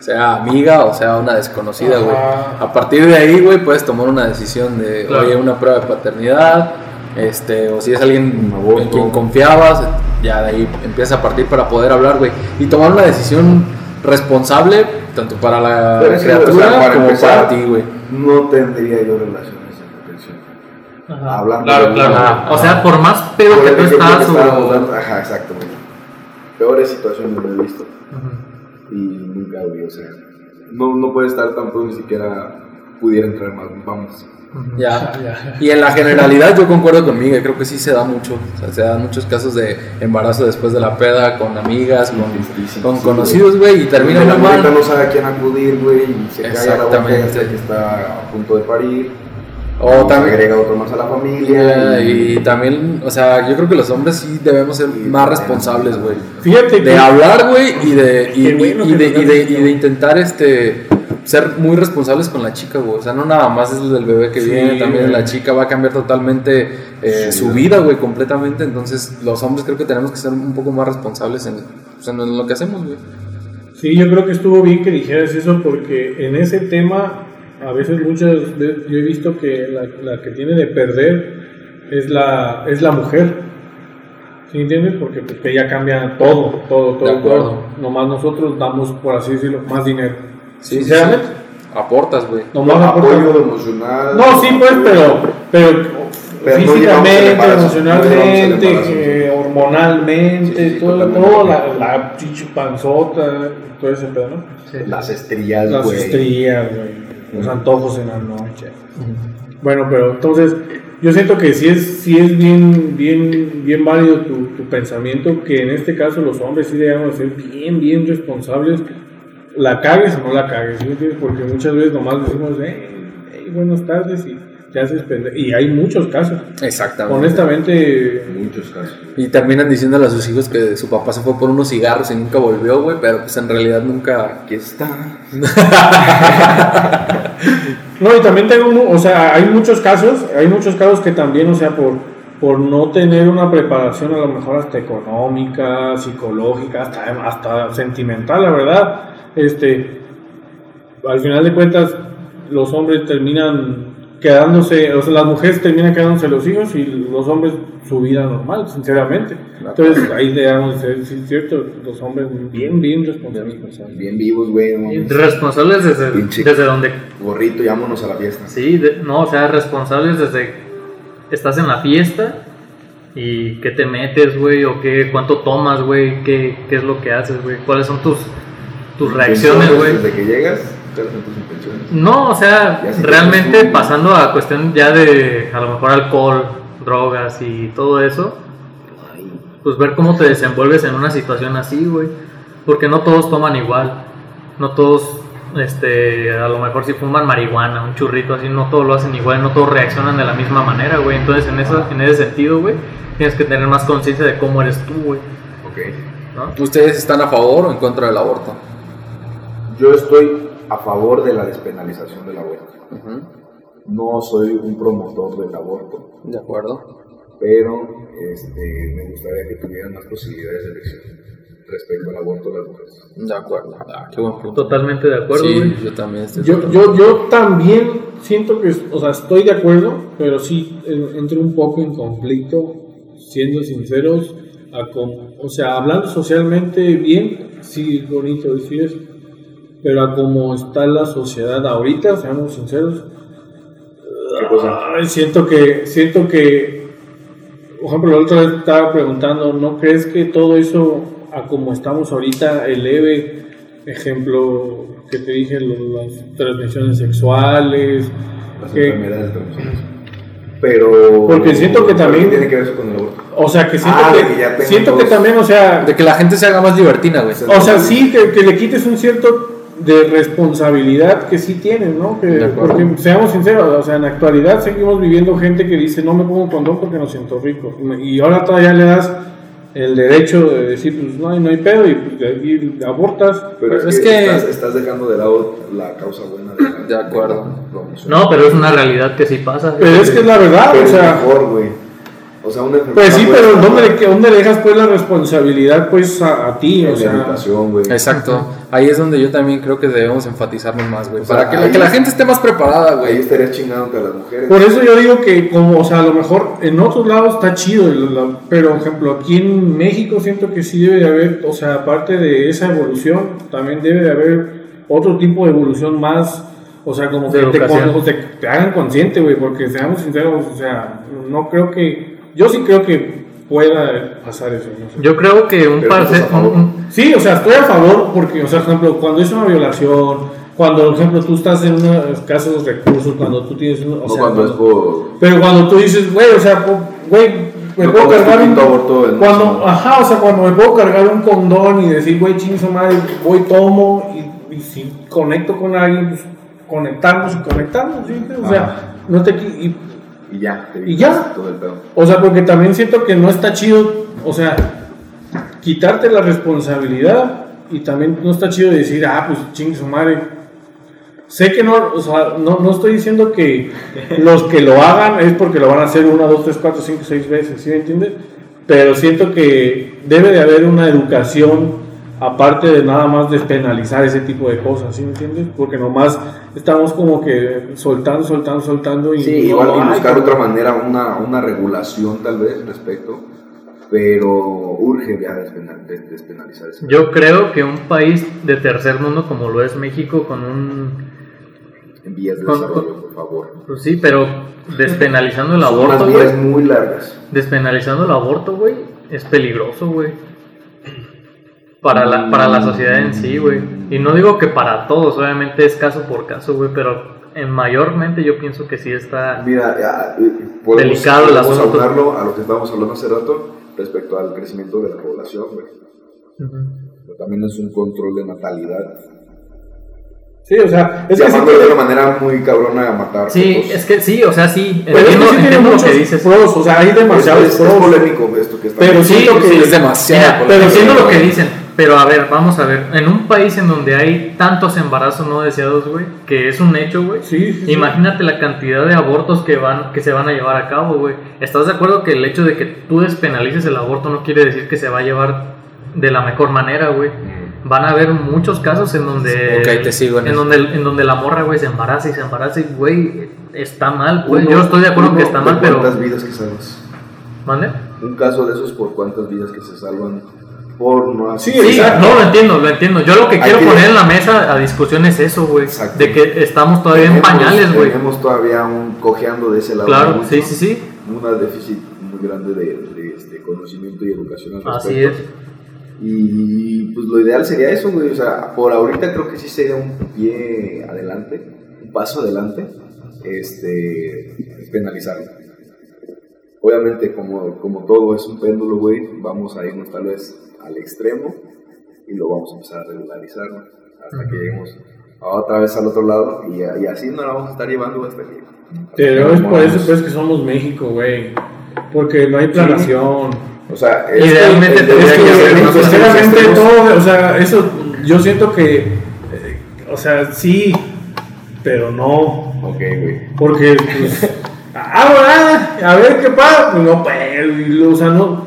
Speaker 2: Sea amiga o sea una desconocida, güey.
Speaker 4: Ajá.
Speaker 2: A partir de ahí, güey, puedes tomar una decisión de,
Speaker 3: Claro.
Speaker 2: oye, una prueba de paternidad, este, o si es alguien
Speaker 1: aborto.
Speaker 2: en quien confiabas, ya de ahí empieza a partir para poder hablar, güey. Y tomar una decisión responsable, tanto para la
Speaker 1: Pero es que, o sea,
Speaker 2: criatura
Speaker 1: para
Speaker 2: como
Speaker 1: empezar,
Speaker 2: para ti, güey.
Speaker 1: No tendría yo relaciones en protección.
Speaker 3: Ajá.
Speaker 1: Hablando
Speaker 3: Claro,
Speaker 1: de-
Speaker 3: claro.
Speaker 2: Ajá.
Speaker 3: O sea, por más pedo que
Speaker 1: Obviamente
Speaker 3: tú
Speaker 1: yo creo que
Speaker 3: estás,
Speaker 1: estábamos
Speaker 3: o-
Speaker 1: dando- Ajá, exacto, güey. Peores situaciones lo he visto.
Speaker 3: Ujú.
Speaker 1: Y nunca, güey, o sea. No, no puede estar tan pronto ni siquiera pudiera entrar más. Vamos.
Speaker 3: Ujú.
Speaker 2: Ya.
Speaker 4: Ya.
Speaker 2: Y en la generalidad yo concuerdo conmigo, creo que sí se da mucho, o sea, se dan muchos casos de embarazo después de la peda, con amigas, con,
Speaker 1: sí, sí,
Speaker 2: con
Speaker 1: sí,
Speaker 2: conocidos, güey, y termina
Speaker 1: Porque
Speaker 2: uno
Speaker 1: la morrita
Speaker 2: mal.
Speaker 1: no sabe a quién acudir, güey, y se cae a la boca
Speaker 2: Exactamente.
Speaker 1: hasta que está a punto de parir.
Speaker 2: O
Speaker 1: Y
Speaker 2: también-
Speaker 1: Agrega otro más a la familia.
Speaker 2: Ya, Y también, o sea, yo creo que los hombres sí debemos ser más responsables, güey.
Speaker 4: Fíjate
Speaker 2: De hablar, güey, y de, y,
Speaker 4: Qué bueno
Speaker 2: y- y
Speaker 4: que
Speaker 2: de,
Speaker 4: nos
Speaker 2: y de-
Speaker 4: das
Speaker 2: y de intentar este ser muy responsables con la chica, güey. O sea, no nada más es del bebé que
Speaker 4: Sí,
Speaker 2: viene, también
Speaker 4: güey.
Speaker 2: la chica va a cambiar totalmente eh,
Speaker 1: Sí,
Speaker 2: su
Speaker 1: güey.
Speaker 2: vida, güey, completamente. Entonces, los hombres creo que tenemos que ser un poco más responsables en, pues, en lo que hacemos, güey.
Speaker 4: Sí, yo creo que estuvo bien que dijeras eso porque en ese tema a veces muchas veces yo he visto que la, la que tiene de perder es la es la mujer. ¿Sí entiendes? Porque pues, ella cambia todo, todo, todo,
Speaker 2: acuerdo.
Speaker 4: todo. Nomás nosotros damos, por así decirlo, más dinero.
Speaker 2: Sí, sí, sí.
Speaker 4: Sinceramente,
Speaker 2: Aportas, güey.
Speaker 4: nomás aporta-
Speaker 1: apoyo emocional.
Speaker 4: No, sí, pues, pero, pero,
Speaker 1: Pero no llevamos el
Speaker 4: físicamente,
Speaker 1: embarazo, no llevamos el
Speaker 4: emocionalmente,
Speaker 1: embarazo.
Speaker 4: eh, hormonalmente,
Speaker 1: Sí, sí,
Speaker 4: todo,
Speaker 1: totalmente.
Speaker 4: todo, la, la pinche panzota, todo ese pedo, ¿no?
Speaker 3: Sí.
Speaker 1: Las estrías,
Speaker 4: Las
Speaker 1: güey.
Speaker 4: estrías, güey, los antojos en la noche. Bueno, pero entonces, yo siento que sí es, sí es bien, bien, bien válido tu, tu pensamiento, que en este caso los hombres sí debemos ser bien, bien responsables, la cagues o no la cagues, ¿sí me entiendes? Porque muchas veces nomás decimos, eh, hey, buenas tardes, y te haces pendejo. Y hay muchos casos.
Speaker 2: Exactamente.
Speaker 4: Honestamente,
Speaker 1: Muchos casos.
Speaker 2: Y terminan diciéndole a sus hijos que su papá se fue por unos cigarros y nunca volvió, güey, pero pues en realidad nunca...
Speaker 1: Aquí está.
Speaker 4: No, y también tengo, mu- o sea, hay muchos casos, hay muchos casos que también, o sea, por, por no tener una preparación a lo mejor hasta económica, psicológica, hasta, hasta sentimental, la verdad, este, al final de cuentas los hombres terminan quedándose, o sea, las mujeres terminan quedándose los hijos y los hombres su vida normal, sinceramente. Entonces ahí debemos ser, sí, es cierto, los hombres bien, bien responsables. personas.
Speaker 1: Bien vivos, güey. no mames.
Speaker 3: Responsables desde,
Speaker 1: Pinche.
Speaker 3: desde donde.
Speaker 1: Gorrito y vámonos a la fiesta.
Speaker 3: Sí, de- no, o sea, responsables desde. Estás en la fiesta y qué te metes, güey, o qué, cuánto tomas, güey, qué, qué es lo que haces, güey, cuáles son tus, tus reacciones,
Speaker 1: Intenciones
Speaker 3: güey.
Speaker 1: Desde que llegas, claro, son tus intenciones.
Speaker 3: No, o sea,
Speaker 1: Ya si te
Speaker 3: realmente
Speaker 1: consumes.
Speaker 3: pasando a cuestión ya de a lo mejor alcohol, drogas y todo eso, pues ver cómo te desenvuelves en una situación así, güey. Porque no todos toman igual, no todos, este, a lo mejor si fuman marihuana, un churrito así, no todos lo hacen igual, no todos reaccionan de la misma manera, güey. Entonces en, eso, en ese sentido, güey, tienes que tener más conciencia de cómo eres tú, güey.
Speaker 1: Ok.
Speaker 3: ¿no?
Speaker 2: ¿Ustedes están a favor o en contra del aborto?
Speaker 1: Yo estoy a favor de la despenalización del aborto. No soy un promotor del aborto,
Speaker 2: De acuerdo.
Speaker 1: pero este, me gustaría que tuvieran más posibilidades de elección respecto al aborto de las mujeres.
Speaker 2: De acuerdo. Ah, qué buen punto.
Speaker 3: Totalmente de acuerdo, güey.
Speaker 2: Sí, yo también estoy
Speaker 4: Yo, yo, yo también siento que, o sea, estoy de acuerdo, pero sí eh, entro un poco en conflicto, siendo sinceros, a com- o sea, hablando socialmente bien, sí es bonito decir eso, pero a como está la sociedad ahorita, seamos sinceros,
Speaker 1: ¿Qué cosa?
Speaker 4: Ay, siento que, siento que, por ejemplo, la otra vez estaba preguntando, ¿no crees que todo eso, a como estamos ahorita, eleve, ejemplo, que te dije, lo- las transmisiones sexuales?
Speaker 1: Las
Speaker 4: que-
Speaker 1: enfermedades de transmisión. Pero.
Speaker 4: Porque siento que también-
Speaker 1: Tiene que ver eso con el aborto.
Speaker 4: o sea, que siento
Speaker 1: Ah, de que ya
Speaker 4: que,
Speaker 1: tengo
Speaker 4: siento que
Speaker 1: dos.
Speaker 4: también, o sea,
Speaker 2: De que la gente se haga más libertina, güey.
Speaker 4: o sea, sí, que, que le quites un cierto de responsabilidad que sí tienen, ¿no? Que-
Speaker 2: De acuerdo.
Speaker 4: porque seamos sinceros, o sea, en la actualidad seguimos viviendo gente que dice no me pongo condón porque no siento rico. Y ahora todavía le das el derecho de decir, pues no, hay- no hay pedo y, pues, y abortas.
Speaker 1: Pero
Speaker 2: Pero
Speaker 1: es,
Speaker 2: es
Speaker 1: que,
Speaker 2: que-
Speaker 1: Estás, estás dejando de lado la causa buena de, la-
Speaker 2: De acuerdo.
Speaker 1: la promoción.
Speaker 3: No, pero es una realidad que sí pasa.
Speaker 4: Pero es que es la verdad,
Speaker 1: Pero
Speaker 4: o
Speaker 1: es
Speaker 4: sea,
Speaker 1: mejor, güey. O sea, una enfermedad.
Speaker 4: pues sí,
Speaker 1: puede
Speaker 4: pero
Speaker 1: estar
Speaker 4: ¿dónde, le- dónde le dejas pues la responsabilidad pues a, a ti?
Speaker 1: en
Speaker 4: O
Speaker 1: la
Speaker 4: sea,
Speaker 1: educación, güey.
Speaker 2: Exacto. Ahí es donde yo también creo que debemos enfatizarnos más, güey.
Speaker 1: O sea,
Speaker 2: Para que la,
Speaker 1: ahí-
Speaker 2: que la gente esté más preparada,
Speaker 1: Ahí
Speaker 2: güey.
Speaker 1: estarías chingándote a las mujeres.
Speaker 4: Por eso yo digo que, como, o sea, a lo mejor en otros lados está chido, el- la- pero, por ejemplo, aquí en México siento que sí debe de haber, o sea, aparte de esa evolución, también debe de haber otro tipo de evolución más, o sea, como que
Speaker 3: De
Speaker 4: te,
Speaker 3: educación.
Speaker 4: con- te- te hagan consciente, güey, porque seamos sinceros, o sea, no creo que, yo sí creo que pueda pasar eso, no sé.
Speaker 3: Yo creo que un
Speaker 1: Pero tú estás
Speaker 3: parce...
Speaker 1: a favor.
Speaker 3: un- un-
Speaker 4: Sí, o sea, estoy a favor porque, o sea, por ejemplo, cuando es una violación, cuando, por ejemplo, tú estás en unos casos de recursos, cuando tú tienes... un- O
Speaker 1: no
Speaker 4: sea,
Speaker 1: cuando es por.
Speaker 4: pero cuando tú dices, güey, o sea, po- güey, me
Speaker 1: No
Speaker 4: puedo
Speaker 1: pongas tu
Speaker 4: cargar un
Speaker 1: puto aborto en-
Speaker 4: cuando, ajá, o sea, cuando me puedo cargar un condón y decir, güey, ching su madre, voy tomo y, y si conecto con alguien, pues conectamos y conectamos, ¿sí? o sea,
Speaker 1: Ajá.
Speaker 4: no te qui- y-
Speaker 1: Y ya. te
Speaker 4: Y
Speaker 1: evitas
Speaker 4: ya.
Speaker 1: Todo el pedo.
Speaker 4: o sea, porque también siento que no está chido, o sea, quitarte la responsabilidad y también no está chido decir, ah, pues ching su madre. Sé que no, o sea, no, no estoy diciendo que los que lo hagan es porque lo van a hacer una, dos, tres, cuatro, cinco, seis veces, ¿sí me entiendes? Pero siento que debe de haber una educación aparte de nada más despenalizar ese tipo de cosas, ¿sí me entiendes? Porque nomás estamos como que soltando, soltando, soltando y...
Speaker 1: Sí,
Speaker 4: no
Speaker 1: igual y
Speaker 4: hay,
Speaker 1: buscar
Speaker 4: como-
Speaker 1: otra manera, una, una regulación tal vez respecto, pero urge ya despenal- des- despenalizar eso.
Speaker 3: Yo creo que un país de tercer mundo como lo es México, con un.
Speaker 1: En vías de
Speaker 3: Con-
Speaker 1: desarrollo, por favor.
Speaker 3: pues sí, pero despenalizando el
Speaker 1: Son unas
Speaker 3: aborto,
Speaker 1: vías
Speaker 3: güey.
Speaker 1: muy largas.
Speaker 3: Despenalizando el aborto, güey, es peligroso, güey. Para la, para la sociedad en sí, güey. Y no digo que para todos, obviamente es caso por caso, güey, pero en mayormente yo pienso que sí está.
Speaker 1: Mira, ya, eh, podemos,
Speaker 3: Delicado el
Speaker 1: podemos
Speaker 3: asunto.
Speaker 1: aunarlo a lo que estábamos hablando hace rato respecto al crecimiento de la población, güey.
Speaker 3: Ujú.
Speaker 1: Pero también es un control de natalidad.
Speaker 4: Sí, o sea, es que sí
Speaker 1: Llamando
Speaker 4: tiene-
Speaker 1: de una manera muy cabrona a matar.
Speaker 3: Sí,
Speaker 1: fetos.
Speaker 3: es que sí, o sea, sí.
Speaker 4: pero Pues es que
Speaker 3: Entiendo,
Speaker 4: sí tiene
Speaker 3: entiendo lo
Speaker 4: muchos
Speaker 3: que dices.
Speaker 4: pros, o sea, hay
Speaker 1: es,
Speaker 4: demasiados
Speaker 1: es- es
Speaker 4: pros.
Speaker 1: polémico esto que está
Speaker 4: Pero
Speaker 3: Sí,
Speaker 4: siento que
Speaker 3: sí.
Speaker 2: Es demasiado.
Speaker 3: Mira,
Speaker 2: por- eh,
Speaker 3: pero
Speaker 1: ejemplo,
Speaker 3: entiendo lo que
Speaker 1: güey.
Speaker 3: dicen. Pero a ver, vamos a ver. En un país en donde hay tantos embarazos no deseados, güey, que es un hecho, güey.
Speaker 4: Sí, sí, sí.
Speaker 3: Imagínate la cantidad de abortos que van que se van a llevar a cabo, güey. ¿Estás de acuerdo que el hecho de que tú despenalices el aborto no quiere decir que se va a llevar de la mejor manera, güey? Van a haber muchos casos en donde
Speaker 2: Ok, te sigo en
Speaker 3: en
Speaker 2: eso.
Speaker 3: donde en donde la morra, güey, se embaraza y se embaraza y güey, está mal, güey. Yo estoy de acuerdo que está mal, pero
Speaker 1: ¿Cuántas vidas que salvas?
Speaker 3: ¿Mande?
Speaker 1: Un caso de esos por cuántas vidas que se salvan por no hacer.
Speaker 4: Sí,
Speaker 3: Sí,
Speaker 4: Exacto.
Speaker 3: no lo entiendo, lo entiendo. Yo lo que quiero
Speaker 1: tiene-
Speaker 3: poner en la mesa a discusión es eso, güey.
Speaker 1: Exacto.
Speaker 3: De que estamos todavía en
Speaker 1: Tenemos-
Speaker 3: pañales, güey.
Speaker 1: Tenemos todavía un cojeando de ese lado.
Speaker 3: Claro,
Speaker 1: mucho,
Speaker 3: sí, sí, sí.
Speaker 1: Una déficit muy grande de, de, este, conocimiento y educación al respecto.
Speaker 3: Así es.
Speaker 1: Y pues lo ideal sería eso, güey. O sea, por ahorita creo que sí sería un pie adelante, un paso adelante, este, penalizarlo. Obviamente, como, como todo es un péndulo, güey, vamos a irnos tal vez al extremo y lo vamos a empezar a regularizar, ¿no? Hasta que lleguemos a otra vez al otro lado y, y así nos la vamos a estar llevando hasta que.
Speaker 4: Pero es por eso
Speaker 1: Moramos.
Speaker 4: pues que somos México, güey. Porque no hay planación.
Speaker 1: O sea, es-
Speaker 3: Idealmente
Speaker 1: es-
Speaker 3: tendría
Speaker 1: es-
Speaker 3: que
Speaker 1: es-
Speaker 3: haber
Speaker 1: es-
Speaker 3: una
Speaker 1: es- es-
Speaker 4: pues, Sinceramente,
Speaker 1: es-
Speaker 4: todo, o sea, eso yo siento que, eh, o sea, sí, pero no.
Speaker 1: Ok, güey.
Speaker 4: Porque, pues, ahora, ah, a ver qué pasa. Pues no, pero, o sea, no.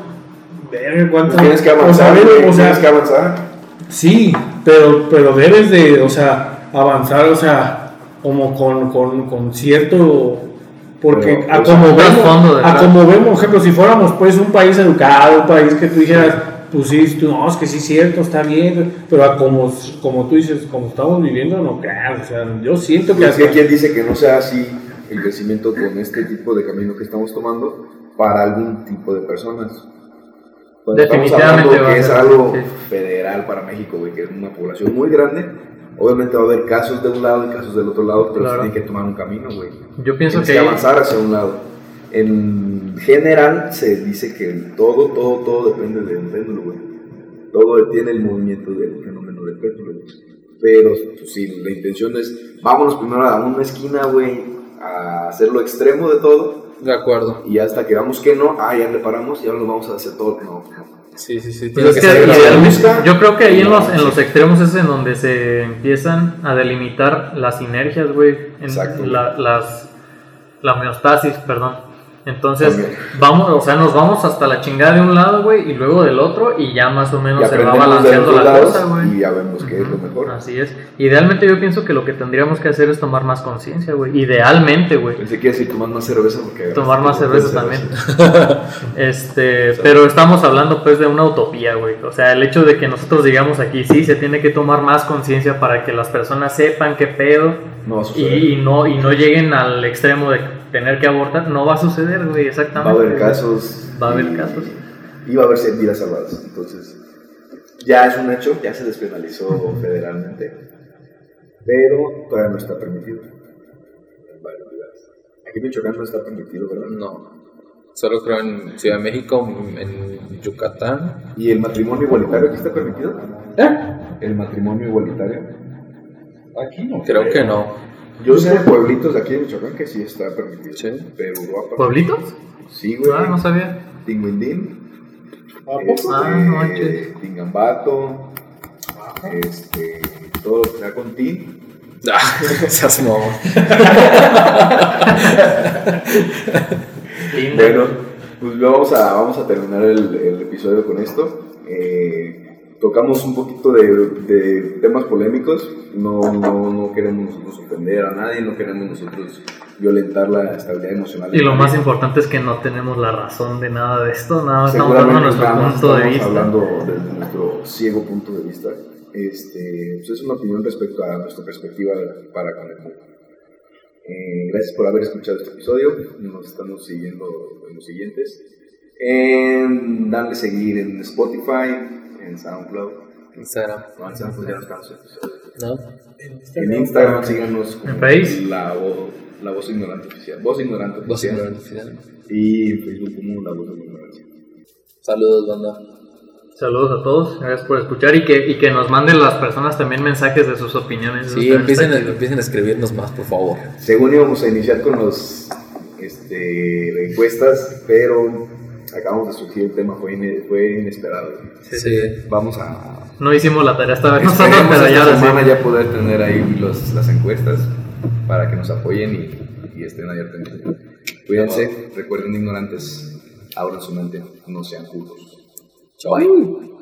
Speaker 4: Ver cuánto.
Speaker 1: Pues Tienes que avanzar.
Speaker 4: O sea, ver,
Speaker 1: güey,
Speaker 4: o sea,
Speaker 1: tienes que avanzar.
Speaker 4: Sí, pero, pero debes de, o sea, avanzar, o sea, como con, con, con cierto... Porque
Speaker 1: Pero,
Speaker 4: a
Speaker 1: o sea,
Speaker 4: como
Speaker 3: un trasfondo
Speaker 4: vemos,
Speaker 3: de
Speaker 4: a
Speaker 3: verdad.
Speaker 4: como vemos, por ejemplo, si fuéramos pues un país educado, un país que tú dijeras, pues sí, tú, no, es que sí es cierto, está bien, pero a como, como tú dices, como estamos viviendo, no, claro, o sea, yo siento que...
Speaker 1: Pues
Speaker 4: así
Speaker 1: que quien dice que no sea así el crecimiento con este tipo de camino que estamos tomando para algún tipo de personas. Cuando estamos
Speaker 3: Definitivamente
Speaker 1: hablando
Speaker 3: va a
Speaker 1: que es
Speaker 3: ser,
Speaker 1: algo
Speaker 3: sí.
Speaker 1: federal para México, güey, que es una población muy grande. Obviamente va a haber casos de un lado y casos del otro lado, pero
Speaker 3: Claro.
Speaker 1: se tiene que tomar un camino, güey.
Speaker 3: Yo pienso
Speaker 1: Tienes
Speaker 3: que
Speaker 1: que
Speaker 3: ahí-
Speaker 1: avanzar hacia un lado. En general se dice que todo, todo, todo depende del péndulo, güey. Todo tiene el movimiento del fenómeno del péndulo. güey. Pero pues, si la intención es, vámonos primero a una esquina, güey, a hacer lo extremo de todo.
Speaker 2: De acuerdo.
Speaker 1: Y hasta que veamos que no, ah, ya le paramos y ahora nos vamos a hacer todo. No, no.
Speaker 2: Sí, sí, sí.
Speaker 3: Pues
Speaker 2: Tiene
Speaker 3: es
Speaker 2: que
Speaker 3: que
Speaker 2: ser
Speaker 1: la
Speaker 3: idealmente-
Speaker 1: busca.
Speaker 3: yo creo que ahí en los, en los extremos es en donde se empiezan a delimitar las sinergias, güey. en
Speaker 1: Exacto.
Speaker 3: La, las, la homeostasis, perdón. Entonces,
Speaker 1: También.
Speaker 3: vamos, o sea, nos vamos hasta la chingada de un lado, güey, y luego del otro, y ya más o menos
Speaker 1: Y
Speaker 3: se
Speaker 1: aprendemos
Speaker 3: va
Speaker 1: de los
Speaker 3: balanceando
Speaker 1: dos
Speaker 3: la cosa,
Speaker 1: lados
Speaker 3: güey. Ah,
Speaker 1: y ya vemos qué es lo mejor.
Speaker 3: Así es. Idealmente yo pienso que lo que tendríamos que hacer es tomar más conciencia, güey. Idealmente, güey.
Speaker 1: Pensé que iba a decir tomar más cerveza porque...
Speaker 3: Tomar más cerveza
Speaker 1: cervezas
Speaker 3: también. Este, pero estamos hablando pues de una utopía, güey. O sea, el hecho de que nosotros digamos aquí, sí, se tiene que tomar más conciencia para que las personas sepan qué pedo
Speaker 1: No,
Speaker 3: y,
Speaker 1: sucede.
Speaker 3: y no, y no lleguen al extremo de tener que abortar. No va a suceder, güey,
Speaker 1: Va a
Speaker 3: exactamente.
Speaker 1: haber
Speaker 3: güey.
Speaker 1: casos.
Speaker 3: Va a haber
Speaker 1: y-
Speaker 3: casos.
Speaker 1: Y va a haber cien vidas salvadas. Entonces, ya es un hecho, ya se despenalizó federalmente. Pero todavía no está permitido. En varios lugares. Aquí en Michoacán no está permitido, ¿verdad?
Speaker 2: No. Solo creo en Ciudad de México, en Yucatán.
Speaker 1: ¿Y el matrimonio igualitario aquí está permitido?
Speaker 4: ¿Eh?
Speaker 1: ¿El matrimonio igualitario? Aquí no.
Speaker 2: Creo que no.
Speaker 1: Yo sé de pueblitos de aquí en Michoacán que sí está permitido.
Speaker 2: Sí.
Speaker 1: Pero Europa.
Speaker 3: ¿Pueblitos?
Speaker 1: Sí, güey.
Speaker 3: Ah, no sabía.
Speaker 1: Tinguindín.
Speaker 4: poco?
Speaker 3: Ah, no manches.
Speaker 1: Este, Tingambato. Este, todo lo que sea con ti.
Speaker 2: Ah, seas mamón.
Speaker 3: Tinder.
Speaker 1: Bueno, pues ya vamos a, vamos a terminar el, el episodio con esto. Eh, tocamos un poquito de, de temas polémicos. No, no, no queremos nosotros ofender a nadie, no queremos nosotros violentar la estabilidad emocional.
Speaker 3: Y lo más importante es que no tenemos la razón de nada de esto, nada, más estamos dando
Speaker 1: Seguramente
Speaker 3: nuestro
Speaker 1: estamos,
Speaker 3: punto de
Speaker 1: estamos
Speaker 3: vista.
Speaker 1: hablando desde nuestro ciego punto de vista. Este, pues es una opinión respecto a nuestra perspectiva para con el mundo. Eh, gracias por haber escuchado este episodio. Nos estamos siguiendo en los siguientes. En darle seguir en Spotify, en SoundCloud.
Speaker 2: Instagram.
Speaker 1: No, en SoundCloud ya no estamos en episodios.
Speaker 2: ¿No?
Speaker 3: Este
Speaker 1: En Instagram síganos como
Speaker 3: ¿En Face?
Speaker 1: La, Vo- la voz ignorante oficial. Voz ignorante
Speaker 2: Vos
Speaker 1: oficial. Y en Facebook como la voz ignorante.
Speaker 2: Saludos, banda.
Speaker 3: Saludos a todos, gracias por escuchar y que, y que nos manden las personas también mensajes de sus opiniones. Este, Eso
Speaker 2: Sí,
Speaker 3: también
Speaker 2: empiecen,
Speaker 3: está
Speaker 2: a-
Speaker 3: chido.
Speaker 2: empiecen a escribirnos más, por favor.
Speaker 1: Según íbamos a iniciar con los este, encuestas, pero acabamos de surgir el tema fue, ine- fue inesperado.
Speaker 3: Sí,
Speaker 2: Sí.
Speaker 1: Vamos a.
Speaker 3: No hicimos la tarea esta vez nosotros,
Speaker 1: Esperemos
Speaker 3: pero ya
Speaker 1: esta
Speaker 3: ahora sí.
Speaker 1: semana ya poder tener ahí los- las encuestas para que nos apoyen y, y estén ahí atentos. Cuídense, recuerden ignorantes, abran su mente, no sean justos.
Speaker 2: Chau.